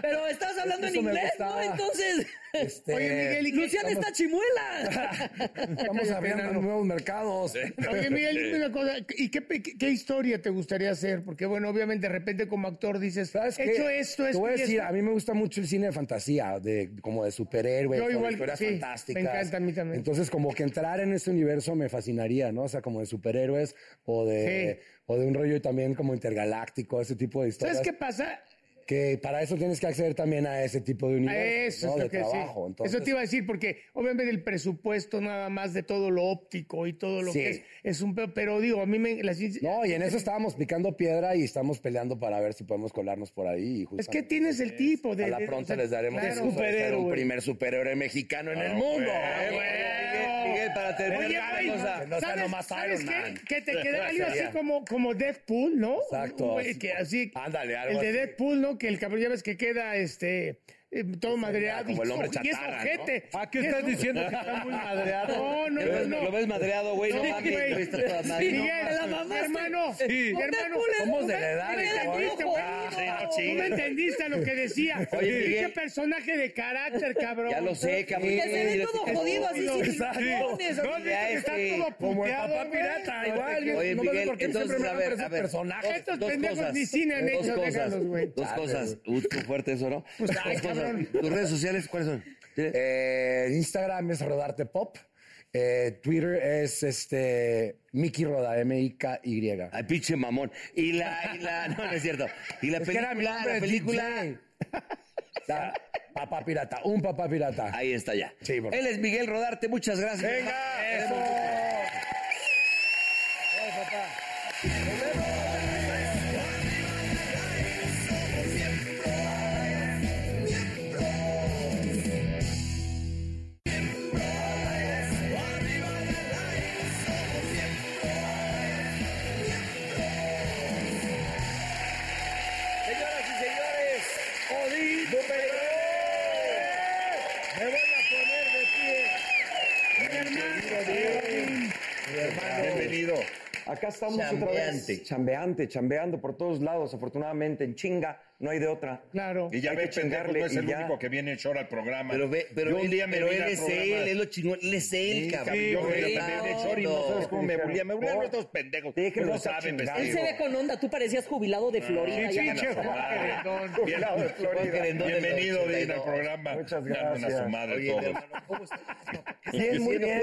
E: Pero estabas hablando
G: Eso
E: en
G: me
E: inglés, ¿no?
G: gustaba.
E: Entonces.
J: Este- Oye, Miguel, ¿y qué
E: Luciana
J: estamos-
E: está chimuela.
J: Estamos
C: Este,
J: abriendo nuevos mercados.
C: Oye, Miguel, dime una cosa, ¿y qué, pe- qué historia te gustaría hacer? Porque, bueno, obviamente, de repente como actor dices, he
J: que
C: hecho esto,
J: Te
C: esto
J: voy a
C: y
J: decir,
C: esto".
J: a mí me gusta mucho el cine de fantasía, de, como de superhéroes,
C: Yo
J: con
C: igual,
J: historias
C: sí, me
J: fantásticas.
C: encanta a mí también.
J: Entonces, como que entrar en este universo me fascinaría, ¿no? O sea, como de superhéroes o de, o de un rollo también como intergaláctico, ese tipo de historias.
C: ¿Sabes qué pasa?
J: Que para eso tienes que acceder también a ese tipo de universo,
C: Eso
J: ¿no?
C: es lo
J: de
C: que sí.
J: trabajo. Entonces,
C: Eso te iba a decir, porque obviamente el presupuesto nada más de todo lo óptico y todo lo
J: Sí.
C: que es, es un pe- pero digo, a mí me... la ciencia-
J: No, y en eso estábamos picando piedra y estamos peleando para ver si podemos colarnos por ahí. y
C: Es que
J: justamente-
C: tienes el tipo de...
J: a la
C: de-
J: pronta
C: o sea,
J: les daremos
C: claro.
J: un primer superhéroe mexicano
I: Ah,
J: en el mundo. Miguel, Miguel, para terminar
C: Oye,
J: cada
C: güey,
J: cosa. No sea
C: ¿sabes-
J: nomás
C: ¿sabes
J: Iron
C: qué?
J: Man.
C: Que te quede algo así
J: Sería.
C: como, como Deadpool, ¿no?
J: Exacto.
C: Un güey que así,
J: Ándale,
C: el
J: algo
C: de
J: así.
C: Deadpool, ¿no? Que el cabrón, ya ves que queda este... eh, Todo madreado.
J: como el hombre
C: y es- y es
J: chatarra,
C: ojete.
J: ¿no?
G: ¿A qué estás diciendo que está muy madreado?
C: No, no,
I: ¿Lo
C: no,
I: ves-
C: no.
I: lo ves madreado, güey? No
C: Sí,
I: mames,
C: güey.
I: güey, está toda madre.
C: Sí,
I: No
C: Miguel,
I: mames.
C: la mamá, hermano.
I: Sí.
C: Mi
I: No te
C: hermano.
I: cules,
C: ¿cómo
I: no
C: de
I: te
C: la edad,
I: cules,
C: cabrón?
I: hijo,
C: Este
I: güey,
C: güey,
I: no.
C: no, Tú me entendiste a lo que decía.
I: Oye,
C: Oye,
I: Miguel.
C: qué personaje de carácter, cabrón.
I: Ya lo sé, cabrón.
C: Que
I: Sí,
C: se ve
I: lo
C: todo
I: que-
C: jodido, así, sin
I: Exacto.
C: pulmones,
I: No,
C: así. este,
I: dice que está
D: este,
I: todo
J: Como el
I: puteado,
J: papá
I: güey.
J: pirata,
I: No,
J: igual.
I: te-
J: yo
I: Oye,
J: no me
I: Miguel,
J: por qué
I: entonces,
J: siempre me
I: a
J: van
I: ver,
J: esos
I: a ver,
J: personajes.
I: dos-
C: Estos
I: dos
C: pendejos
I: cosas.
C: ni cine han
I: Dos
C: hecho,
I: cosas.
C: déjalos, güey.
I: Dos
C: Chale,
I: cosas. Uy, qué fuerte eso, ¿no?
C: Pues,
I: Dos
C: ay,
I: cosas.
C: cabrón.
I: ¿Tus redes sociales cuáles son?
J: Eh, Instagram es Rodarte Pop. Eh, Twitter es este Mickey Roda, M-I-K-Y.
I: Ay, pinche mamón. Y la, y la, no, no es cierto. Y la
J: Es que era mi
I: película,
J: nombre
I: la
J: de
I: película.
J: DJ. O sea, Papá pirata, un papá pirata.
I: Ahí está ya.
J: Sí, por favor.
I: Él es Miguel Rodarte, muchas gracias.
J: Venga,
I: Eso.
L: Señoras y señores, Odín
J: Me voy a poner de
F: Bienvenido. Acá estamos otra vez. Chambeante, chambeando por todos lados, afortunadamente, en chinga, no hay de otra. Claro.
B: Y ya ve, pendejo, no es el único que viene en short al programa.
F: Pero ve- pero
B: Yo un
F: él-
B: día me
F: pero
B: vine
F: él
B: al
F: es
B: programa.
F: él, es lo chingón, él es él,
B: Sí,
F: cabrón.
B: sí, güey,
F: Él-
B: yo también vine en short y no sabes cómo me burlé. Me burlé de estos pendejos. que no saben
E: Él se
B: vestir.
E: ve con onda. Tú parecías jubilado
D: Ah,
E: de Florida. ya
B: pinche
E: ganaste.
B: Juan Querendón. Bien-
E: Juan
B: Juan Querendón
E: del
B: Bienvenido,
E: 82.
B: Dina, al programa.
F: Muchas
B: Llamen a su
F: gracias.
B: madre
F: Oye,
B: todos.
F: hermano, Bien, muy bien.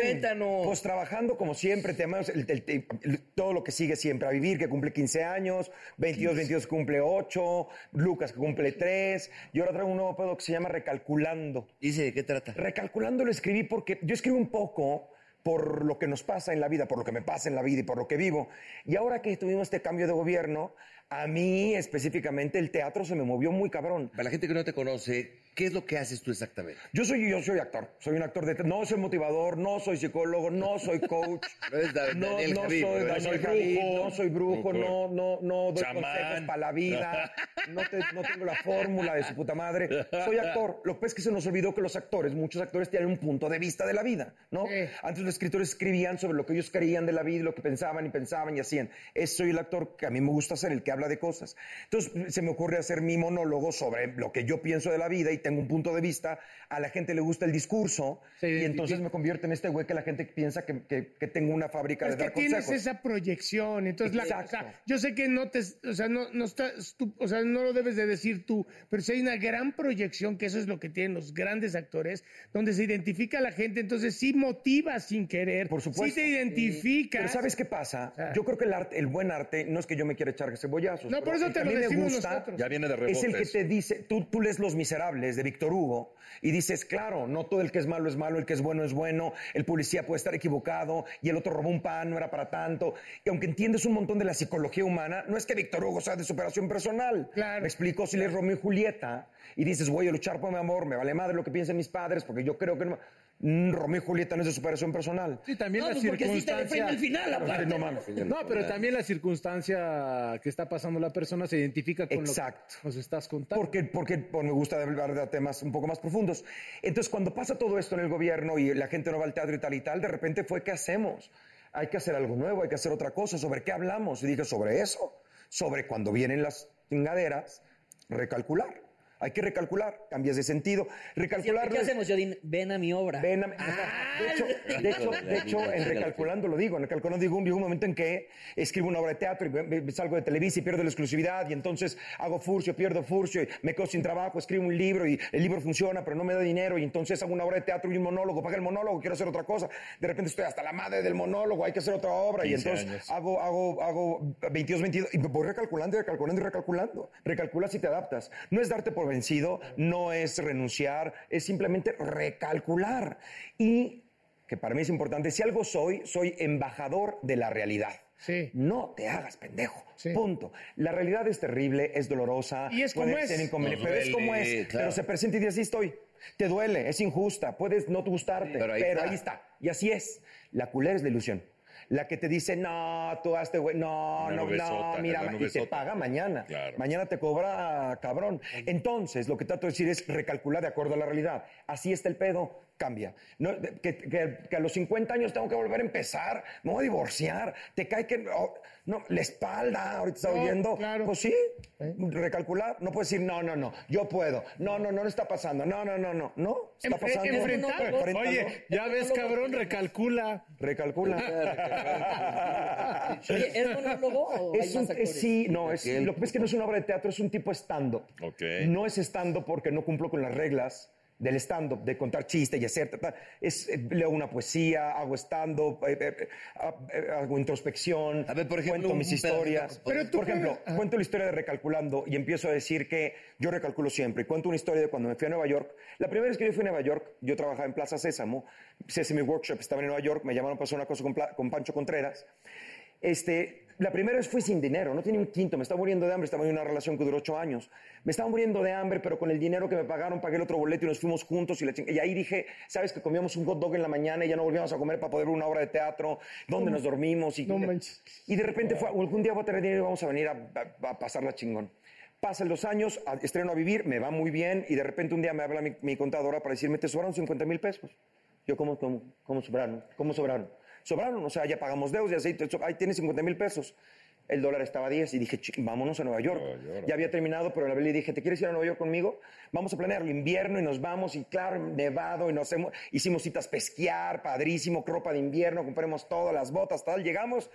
F: Pues trabajando como siempre, te amamos, el- el- el- todo lo que sigue siempre, a vivir, que cumple 15 años, 22, 22 cumple 8, Lucas que cumple 3, y ahora traigo un nuevo pedo que se llama Recalculando.
I: Dice, ¿de qué trata?
F: Recalculando lo escribí porque yo escribo un poco por lo que nos pasa en la vida, por lo que me pasa en la vida y por lo que vivo. Y ahora que tuvimos este cambio de gobierno, a mí específicamente el teatro se me movió muy cabrón.
I: Para la gente que no te conoce, ¿qué es lo que haces tú exactamente?
F: Yo soy, yo soy actor, soy un actor de... te- No soy motivador, no soy psicólogo, no soy coach.
I: No es Da-
F: no,
I: Daniel
F: no
I: Javid,
F: soy
I: ¿verdad?
F: Daniel
I: No soy
F: Javid,
I: brujo.
F: no soy brujo, no, no, no doy
I: Chamán.
F: consejos para la
J: Ah,
F: vida, no, te- no tengo la fórmula de su puta madre. Soy actor. Lo que pasa es que se nos olvidó que los actores, muchos actores tienen un punto de vista de la vida, ¿no? Antes los escritores escribían sobre lo que ellos creían de la vida, y lo que pensaban y pensaban y hacían. Es, soy el actor que a mí me gusta hacer, el que habla de cosas. Entonces se me ocurre hacer mi monólogo sobre lo que yo pienso de la vida y tengo un punto de vista. A la gente le gusta el discurso y entonces me convierte en este güey que la gente piensa que, que- que tengo una fábrica
C: Es
F: de
C: que
F: dar
C: tienes
F: consejos.
C: esa proyección, entonces la, o
F: Exacto.
C: sea, yo sé que no te, o sea, no, no estás tú- o sea, no lo debes de decir tú, pero si hay una gran proyección, que eso es lo que tienen los grandes actores, donde se identifica a la gente, entonces sí motiva sin querer, por sí
F: supuesto.
C: te identificas.
F: Pero ¿sabes qué pasa? Yo creo que el arte, el buen arte, no es que yo me quiera echar cebollazos.
C: No,
F: pero
C: por eso
F: el
C: te
F: que a
C: lo
F: mí me
C: decimos
F: gusta
C: nosotros.
B: Ya viene de
F: Es el que
B: rebotes.
F: te dice, tú, tú lees Los Miserables de Víctor Hugo y dices, claro, no todo el que es malo es malo, el que es bueno es bueno, el policía puede estar equivocado y el otro robó un pan, no era para tanto. Y aunque entiendes un montón de la psicología humana, no es que Víctor Hugo sea de superación personal. Me explicó si lees Romeo y Julieta y dices, voy a luchar por mi amor, me vale madre lo que piensen mis padres porque yo creo que no. Mm, Romeo y Julieta no es de superación personal.
G: Sí, también la
J: pues
G: circunstancia.
F: Porque No mames.
G: No, pero también la circunstancia que está pasando la persona se identifica con
F: Exacto.
G: lo que nos estás contando.
F: Porque, porque pues, me gusta hablar de temas un poco más profundos. Entonces, cuando pasa todo esto en el gobierno y la gente no va al teatro y tal y tal, de repente fue, ¿qué hacemos? Hay que hacer algo nuevo, hay que hacer otra cosa. ¿Sobre qué hablamos? Y dije, sobre eso. Sobre cuando vienen las chingaderas, recalcular. Hay que recalcular, cambias de sentido. Recalcular.
E: ¿Qué hacemos, Jodín? Ven a mi obra. Ah, Ven
F: a mi De hecho, de hecho, de hecho, en Recalculando lo digo, en Recalculando digo, un- digo un momento en que escribo una obra de teatro y me- me- me salgo de Televisa y pierdo la exclusividad y entonces hago Furcio, pierdo Furcio y me quedo sin trabajo, escribo un libro y el libro funciona pero no me da dinero y entonces hago una obra de teatro y un monólogo, paga el monólogo, quiero hacer otra cosa. De repente estoy hasta la madre del monólogo, hay que hacer otra obra y
B: 15
F: entonces
B: años.
F: hago, hago, hago 22, 22 y me voy recalculando y recalculando y recalculando. Recalculas y te adaptas. No es darte por vencido, no es renunciar, es simplemente recalcular. Y que para mí es importante, si algo soy, soy embajador de la realidad. No te hagas pendejo. Punto. La realidad es terrible, es dolorosa.
C: Y es
F: puede
C: como es.
F: ser inconveniente,
I: Nos
F: pero es
I: duele,
F: como es.
I: claro.
F: Pero se presenta y dice, así estoy. Te duele, es injusta, puedes no gustarte,
I: Pero ahí
F: pero
I: está.
F: ahí está. Y así es. La culera es la ilusión. La que te dice, no, tú hazte, güey, no,
I: La
F: no,
I: nubesota,
F: no, mira,
I: la
F: y te
I: nubesota.
F: paga mañana. Mañana te cobra, cabrón. Entonces, lo que trato de decir es recalcular de acuerdo a la realidad. Así está el pedo, cambia. No, que, que- que a los 50 años tengo que volver a empezar, me voy a divorciar, te cae que. oh, no, la espalda, ahorita está
C: No,
F: oyendo. Pues sí,
G: ¿Eh?
F: recalcular. No puedes decir, no, no, no, yo puedo. No, no, no, no está pasando. No, no, no, no, no. Está
G: Enfre-
F: pasando.
G: enfrentar.
F: Enfréntalo.
G: Oye, ya ves, cabrón, recalcula.
F: Recalcula.
E: Oye, ¿es monólogo o hay
F: Es un-
E: más actores?
F: es- sí, no, es, lo que pasa es que no es una obra de teatro, es un tipo stand-up. No es stand-up porque no cumplo con las reglas. del stand-up, de contar chistes y hacer... ta, ta. Es, eh, leo una poesía, hago stand-up, eh, eh, ah, eh, hago introspección, cuento
I: un
F: mis
I: pedacito,
F: historias.
I: por Pero tú
F: por ejemplo,
I: puedes- Ah.
F: cuento la historia de Recalculando y empiezo a decir que yo recalculo siempre. Y Cuento una historia de cuando me fui a Nueva York. La primera vez que yo fui a Nueva York, yo trabajaba en Plaza Sésamo, hice mi workshop, estaba en Nueva York, me llamaron para hacer una cosa con, Pla- con Pancho Contreras. Este, la primera vez fui sin dinero, no tenía un quinto, me estaba muriendo de hambre, estaba en una relación que duró ocho años. Me estaba muriendo de hambre, pero con el dinero que me pagaron pagué el otro boleto y nos fuimos juntos. Y, la ching- y ahí dije, sabes que comíamos un hot dog en la mañana y ya no volvíamos a comer para poder ver una obra de teatro, dónde
C: No
F: nos dormimos. Y, y de repente fue, algún día voy a tener dinero y vamos a venir a, a- a pasarla chingón. Pasan los años, a- estreno a vivir, me va muy bien y de repente un día me habla mi, mi contadora para decirme, te sobraron 50 mil pesos. Yo, ¿cómo, cómo, cómo sobraron? ¿Cómo sobraron? Sobraron, o sea, ya pagamos deudas, y así, te so- ahí tienes 50 mil pesos. El dólar estaba a 10 y dije, "Chi- vámonos a Nueva York. Ya había terminado, pero la le dije, ¿te quieres ir a Nueva York conmigo? Vamos a planearlo, invierno y nos vamos, y claro, nevado, y nos hemos- hicimos citas para esquiar, padrísimo, ropa de invierno, compramos todas las botas, tal, llegamos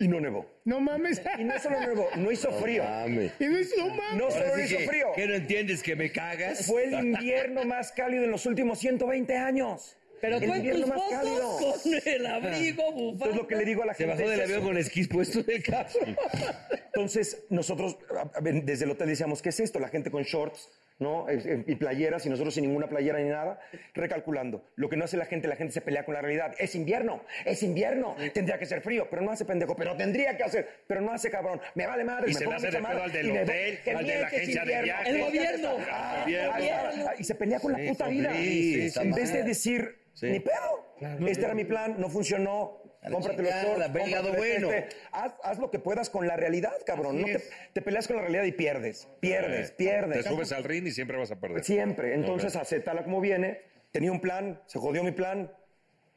F: y no nevó.
C: No mames.
F: Y no solo nevó, no hizo
I: No
F: frío.
I: mames.
C: Y no hizo, no
F: No
I: Ahora
F: solo
I: sí
F: no hizo
I: que-
F: frío.
I: ¿Qué no entiendes que me cagas?
F: Fue el invierno más cálido en los últimos 120 años.
I: Pero
F: el
I: tú en
F: invierno
I: tus
F: más
I: fotos
F: cálido.
I: con el abrigo,
F: Entonces lo que le digo a la
I: Se
F: gente
I: bajó del
F: es
I: avión
F: eso.
I: con esquís puesto de caso.
F: Entonces, nosotros a- a ver, desde el hotel decíamos, ¿qué es esto? La gente con shorts, ¿no? Eh, eh, Y playeras, y nosotros sin ninguna playera ni nada, recalculando. Lo que no hace la gente, la gente se pelea con la realidad. Es invierno, es invierno, tendría que ser frío, pero no hace pendejo, pero tendría que hacer, pero no hace cabrón. Me vale
I: Y
F: madre, me
I: se le
F: pongo
I: hace
F: mi
I: de
F: chamarra
I: pedo al del
F: y me voy.
I: hotel,
F: Que
I: al de la
F: miente, es
I: agencia de
F: invierno,
I: viajes.
F: que
I: El
F: miente,
I: gobierno.
F: ah,
I: El gobierno.
F: ah, Y se pelea con la
I: Sí,
F: puta
I: son
F: vida.
I: gris, sí, está
F: en vez de
I: mal.
F: decir,
I: Sí.
F: ni pedo.
I: Claro.
F: este era mi plan, no funcionó.
I: A la
F: Cómpratelo
I: chingada,
F: short,
I: ve el lado
F: cómpratelo
I: bueno.
F: este, Haz, haz lo que puedas con la realidad, cabrón.
M: Así
F: No te,
M: es.
F: te peleas con la realidad y pierdes, pierdes,
M: Eh,
F: pierdes.
M: Te subes al ring y siempre vas a perder.
F: Siempre. Entonces,
M: Ok.
F: aceptala como viene. Tenía un plan, se jodió mi plan.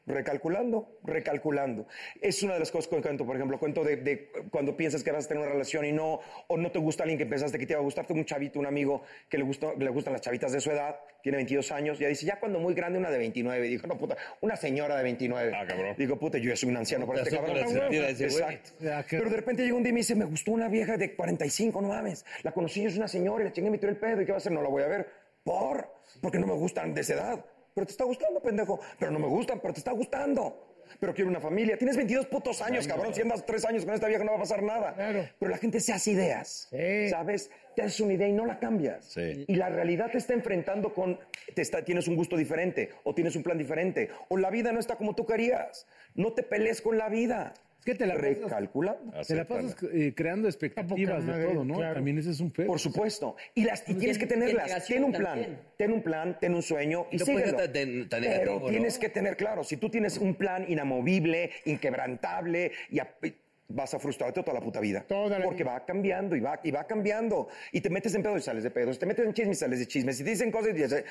F: Recalculando, recalculando. Es una de las cosas que cuento, por ejemplo, cuento de, de cuando piensas que vas a tener una relación y no, o no te gusta alguien que pensaste que te iba a gustar. Tengo un chavito, un amigo que le, gustó- le gustan las chavitas de su edad, tiene 22 años, ya dice, ya cuando muy grande, una de 29. Dijo, no, puta, una señora de 29. Ah, cabrón. Digo, puta, yo soy un anciano para este
I: Razón
F: cabrón.
I: para sentir a ese güey.
F: Exacto. Pero de repente llega un día y me dice, me gustó una vieja de 45, no mames. La conocí, es una señora, y la chingué, me tiró el pedo, ¿y qué va a hacer? No la voy a ver. ¿Por? Porque no me gustan de esa edad. Pero te está gustando, pendejo. Pero no me gustan, pero te está gustando. Pero quiero una familia. Tienes 22 putos años, cabrón. Si andas tres años con esta vieja no va a pasar nada. Pero la gente se hace ideas, ¿sabes? Te haces una idea y no la cambias.
M: Sí.
F: Y la realidad te está enfrentando con, te está, tienes un gusto diferente, o tienes un plan diferente, o la vida no está como tú querías. No te pelees con la vida. Es que te
G: la pasas-
F: recalculando.
G: Te la pasas eh, creando expectativas de todo, ¿no? También ese es un pedo.
F: Por supuesto. Y, las, y tienes que tenerlas. Ten un plan. Ten un plan, ten un sueño y
I: No puede
F: síguelo.
I: ser tan- tan
F: Pero
I: negativo, ¿no?
F: tienes que tener claro, si tú tienes un plan inamovible, inquebrantable, y a- y vas a frustrarte toda la puta vida. Porque va cambiando y va, y va cambiando. Y te metes en pedo y sales de pedos. Te metes en chismes y sales de chismes. Y te dicen cosas y dices,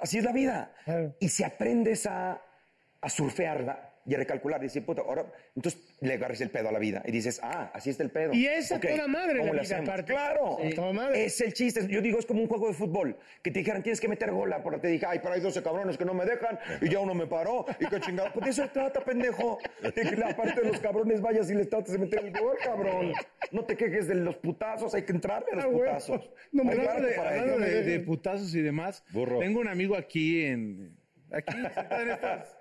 F: así es la vida. Y si aprendes a, a surfearla y a recalcular, y decir, puta, ahora, entonces le agarres el pedo a la vida y dices, ah, así está el pedo.
C: Y es a
F: Ok,
C: toda madre
F: ¿cómo
C: la
F: le
C: vida,
F: hacemos?
C: aparte.
F: Claro.
C: Sí. A toda
F: Es el chiste. Yo digo, es como un juego de fútbol. Que te dijeran, tienes que meter gola. Pero te dije, ay, pero hay 12 cabrones que no me dejan y ya uno me paró. Y qué chingada. Pues de eso se trata, pendejo. De que la parte de los cabrones vayas y les trates de meter el gol, cabrón. No te quejes de los putazos. Hay que entrarle a
C: Ah,
F: los putazos.
G: No,
F: Hay
G: pero
F: parte
G: hablando de,
F: para
G: hablando
F: ello. eh.
G: de- de putazos y demás, tengo un amigo aquí en. Aquí, sentado en estas,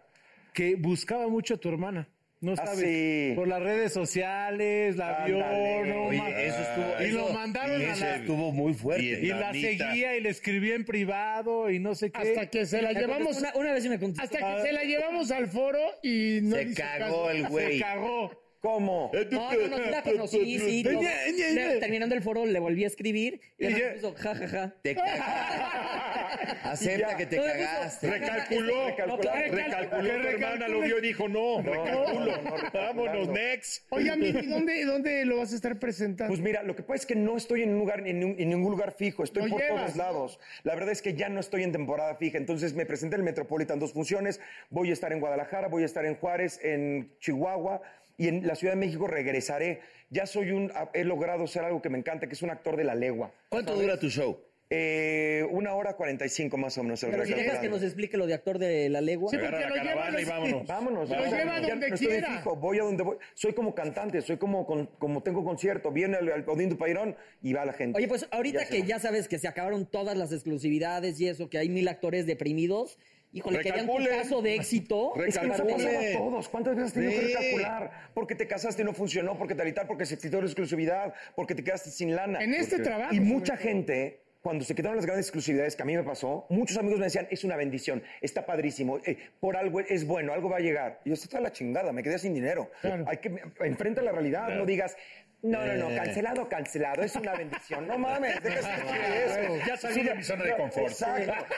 G: que buscaba mucho a tu hermana. No
F: Ah,
G: sabes.
F: sí.
G: Por las redes sociales, la vio,
I: Ándale.
G: no
I: Oye,
G: ma-
I: eso estuvo-
G: Y
I: eso-
G: lo mandaron
I: y
G: a
I: ese
G: la.
I: estuvo muy fuerte.
G: Y la
I: Vietnamita.
G: seguía y le escribía en privado y no sé qué.
C: Hasta que se la
G: Me
C: llevamos.
G: contestó Una, una vez sí me contestó.
C: Hasta que se la llevamos al foro y no.
G: Se
C: le hizo
G: cagó
C: caso.
G: el güey.
C: Se cagó.
F: ¿Cómo?
E: No, no, no, sí la conocí, sí.
C: Ella,
E: luego,
C: ella,
E: le-
C: ella.
E: Terminando el foro, le volví a escribir y
I: Y
E: ella
I: ya-
E: me puso, ja, ja, ja.
I: Te Acepta que te
E: No, le puso,
I: cagaste.
E: ja, ja, ja,
B: Recalculó,
E: este, no,
B: recalculó,
E: claro,
B: recalculó, tu
E: recalculé.
B: hermana lo vio y dijo, no, recalculo, vámonos, next.
C: Oye, amigo, ¿y dónde, dónde lo vas a estar presentando?
F: Pues mira, lo que pasa es que no estoy en, un lugar, en, un- en ningún lugar fijo, estoy
C: Lo
F: por
C: llevas,
F: todos
C: ¿no?
F: lados. La verdad es que ya no estoy en temporada fija, entonces me presenté en el Metropolitan dos funciones, voy a estar en Guadalajara, voy a estar en Juárez, en Chihuahua y en la Ciudad de México regresaré. Ya soy un, he logrado ser algo que me encanta, que es un actor de la legua.
I: ¿Cuánto dura tu show?
F: Eh, una hora 45 más o menos. se lo
E: Pero si dejas
F: recalculando.
E: que nos explique lo de actor de la legua.
F: Sí, porque Agarra la lo lleva caravana a los- y vámonos. Vámonos, vámonos. Ya no estoy fijo, voy a donde voy. Soy como cantante, soy como, con- como tengo concierto. Viene al, al Odín Dupairón y va la gente.
E: Oye, pues ahorita
F: se
E: que
F: va.
E: ya sabes que se acabaron todas las exclusividades y eso, que hay mil actores deprimidos, híjole, que vean tu
F: Recalculen.
E: caso de éxito.
F: Es que nos ha pasado a
E: Recalculen.
F: todos. ¿Cuántas veces tenemos que
E: Sí.
F: recalcular? Porque te casaste y no funcionó, porque tal y tal, porque se quitó la exclusividad, porque te quedaste sin lana.
C: En este
F: Porque-
C: trabajo,
F: Y
C: sobre
F: mucha gente. Cuando se quedaron las grandes exclusividades que a mí me pasó, muchos amigos me decían, es una bendición, está padrísimo, eh, por algo es bueno, algo va a llegar. Y yo, esto está la chingada, me quedé sin dinero. Hay que enfrenta la realidad,
I: Claro.
F: no digas, no, no, no,
I: Eh.
F: cancelado, cancelado, es una bendición. No mames, ¿de qué se refiere eso?
I: Ya salí
F: Sí,
I: de mi zona de confort.
F: Exacto.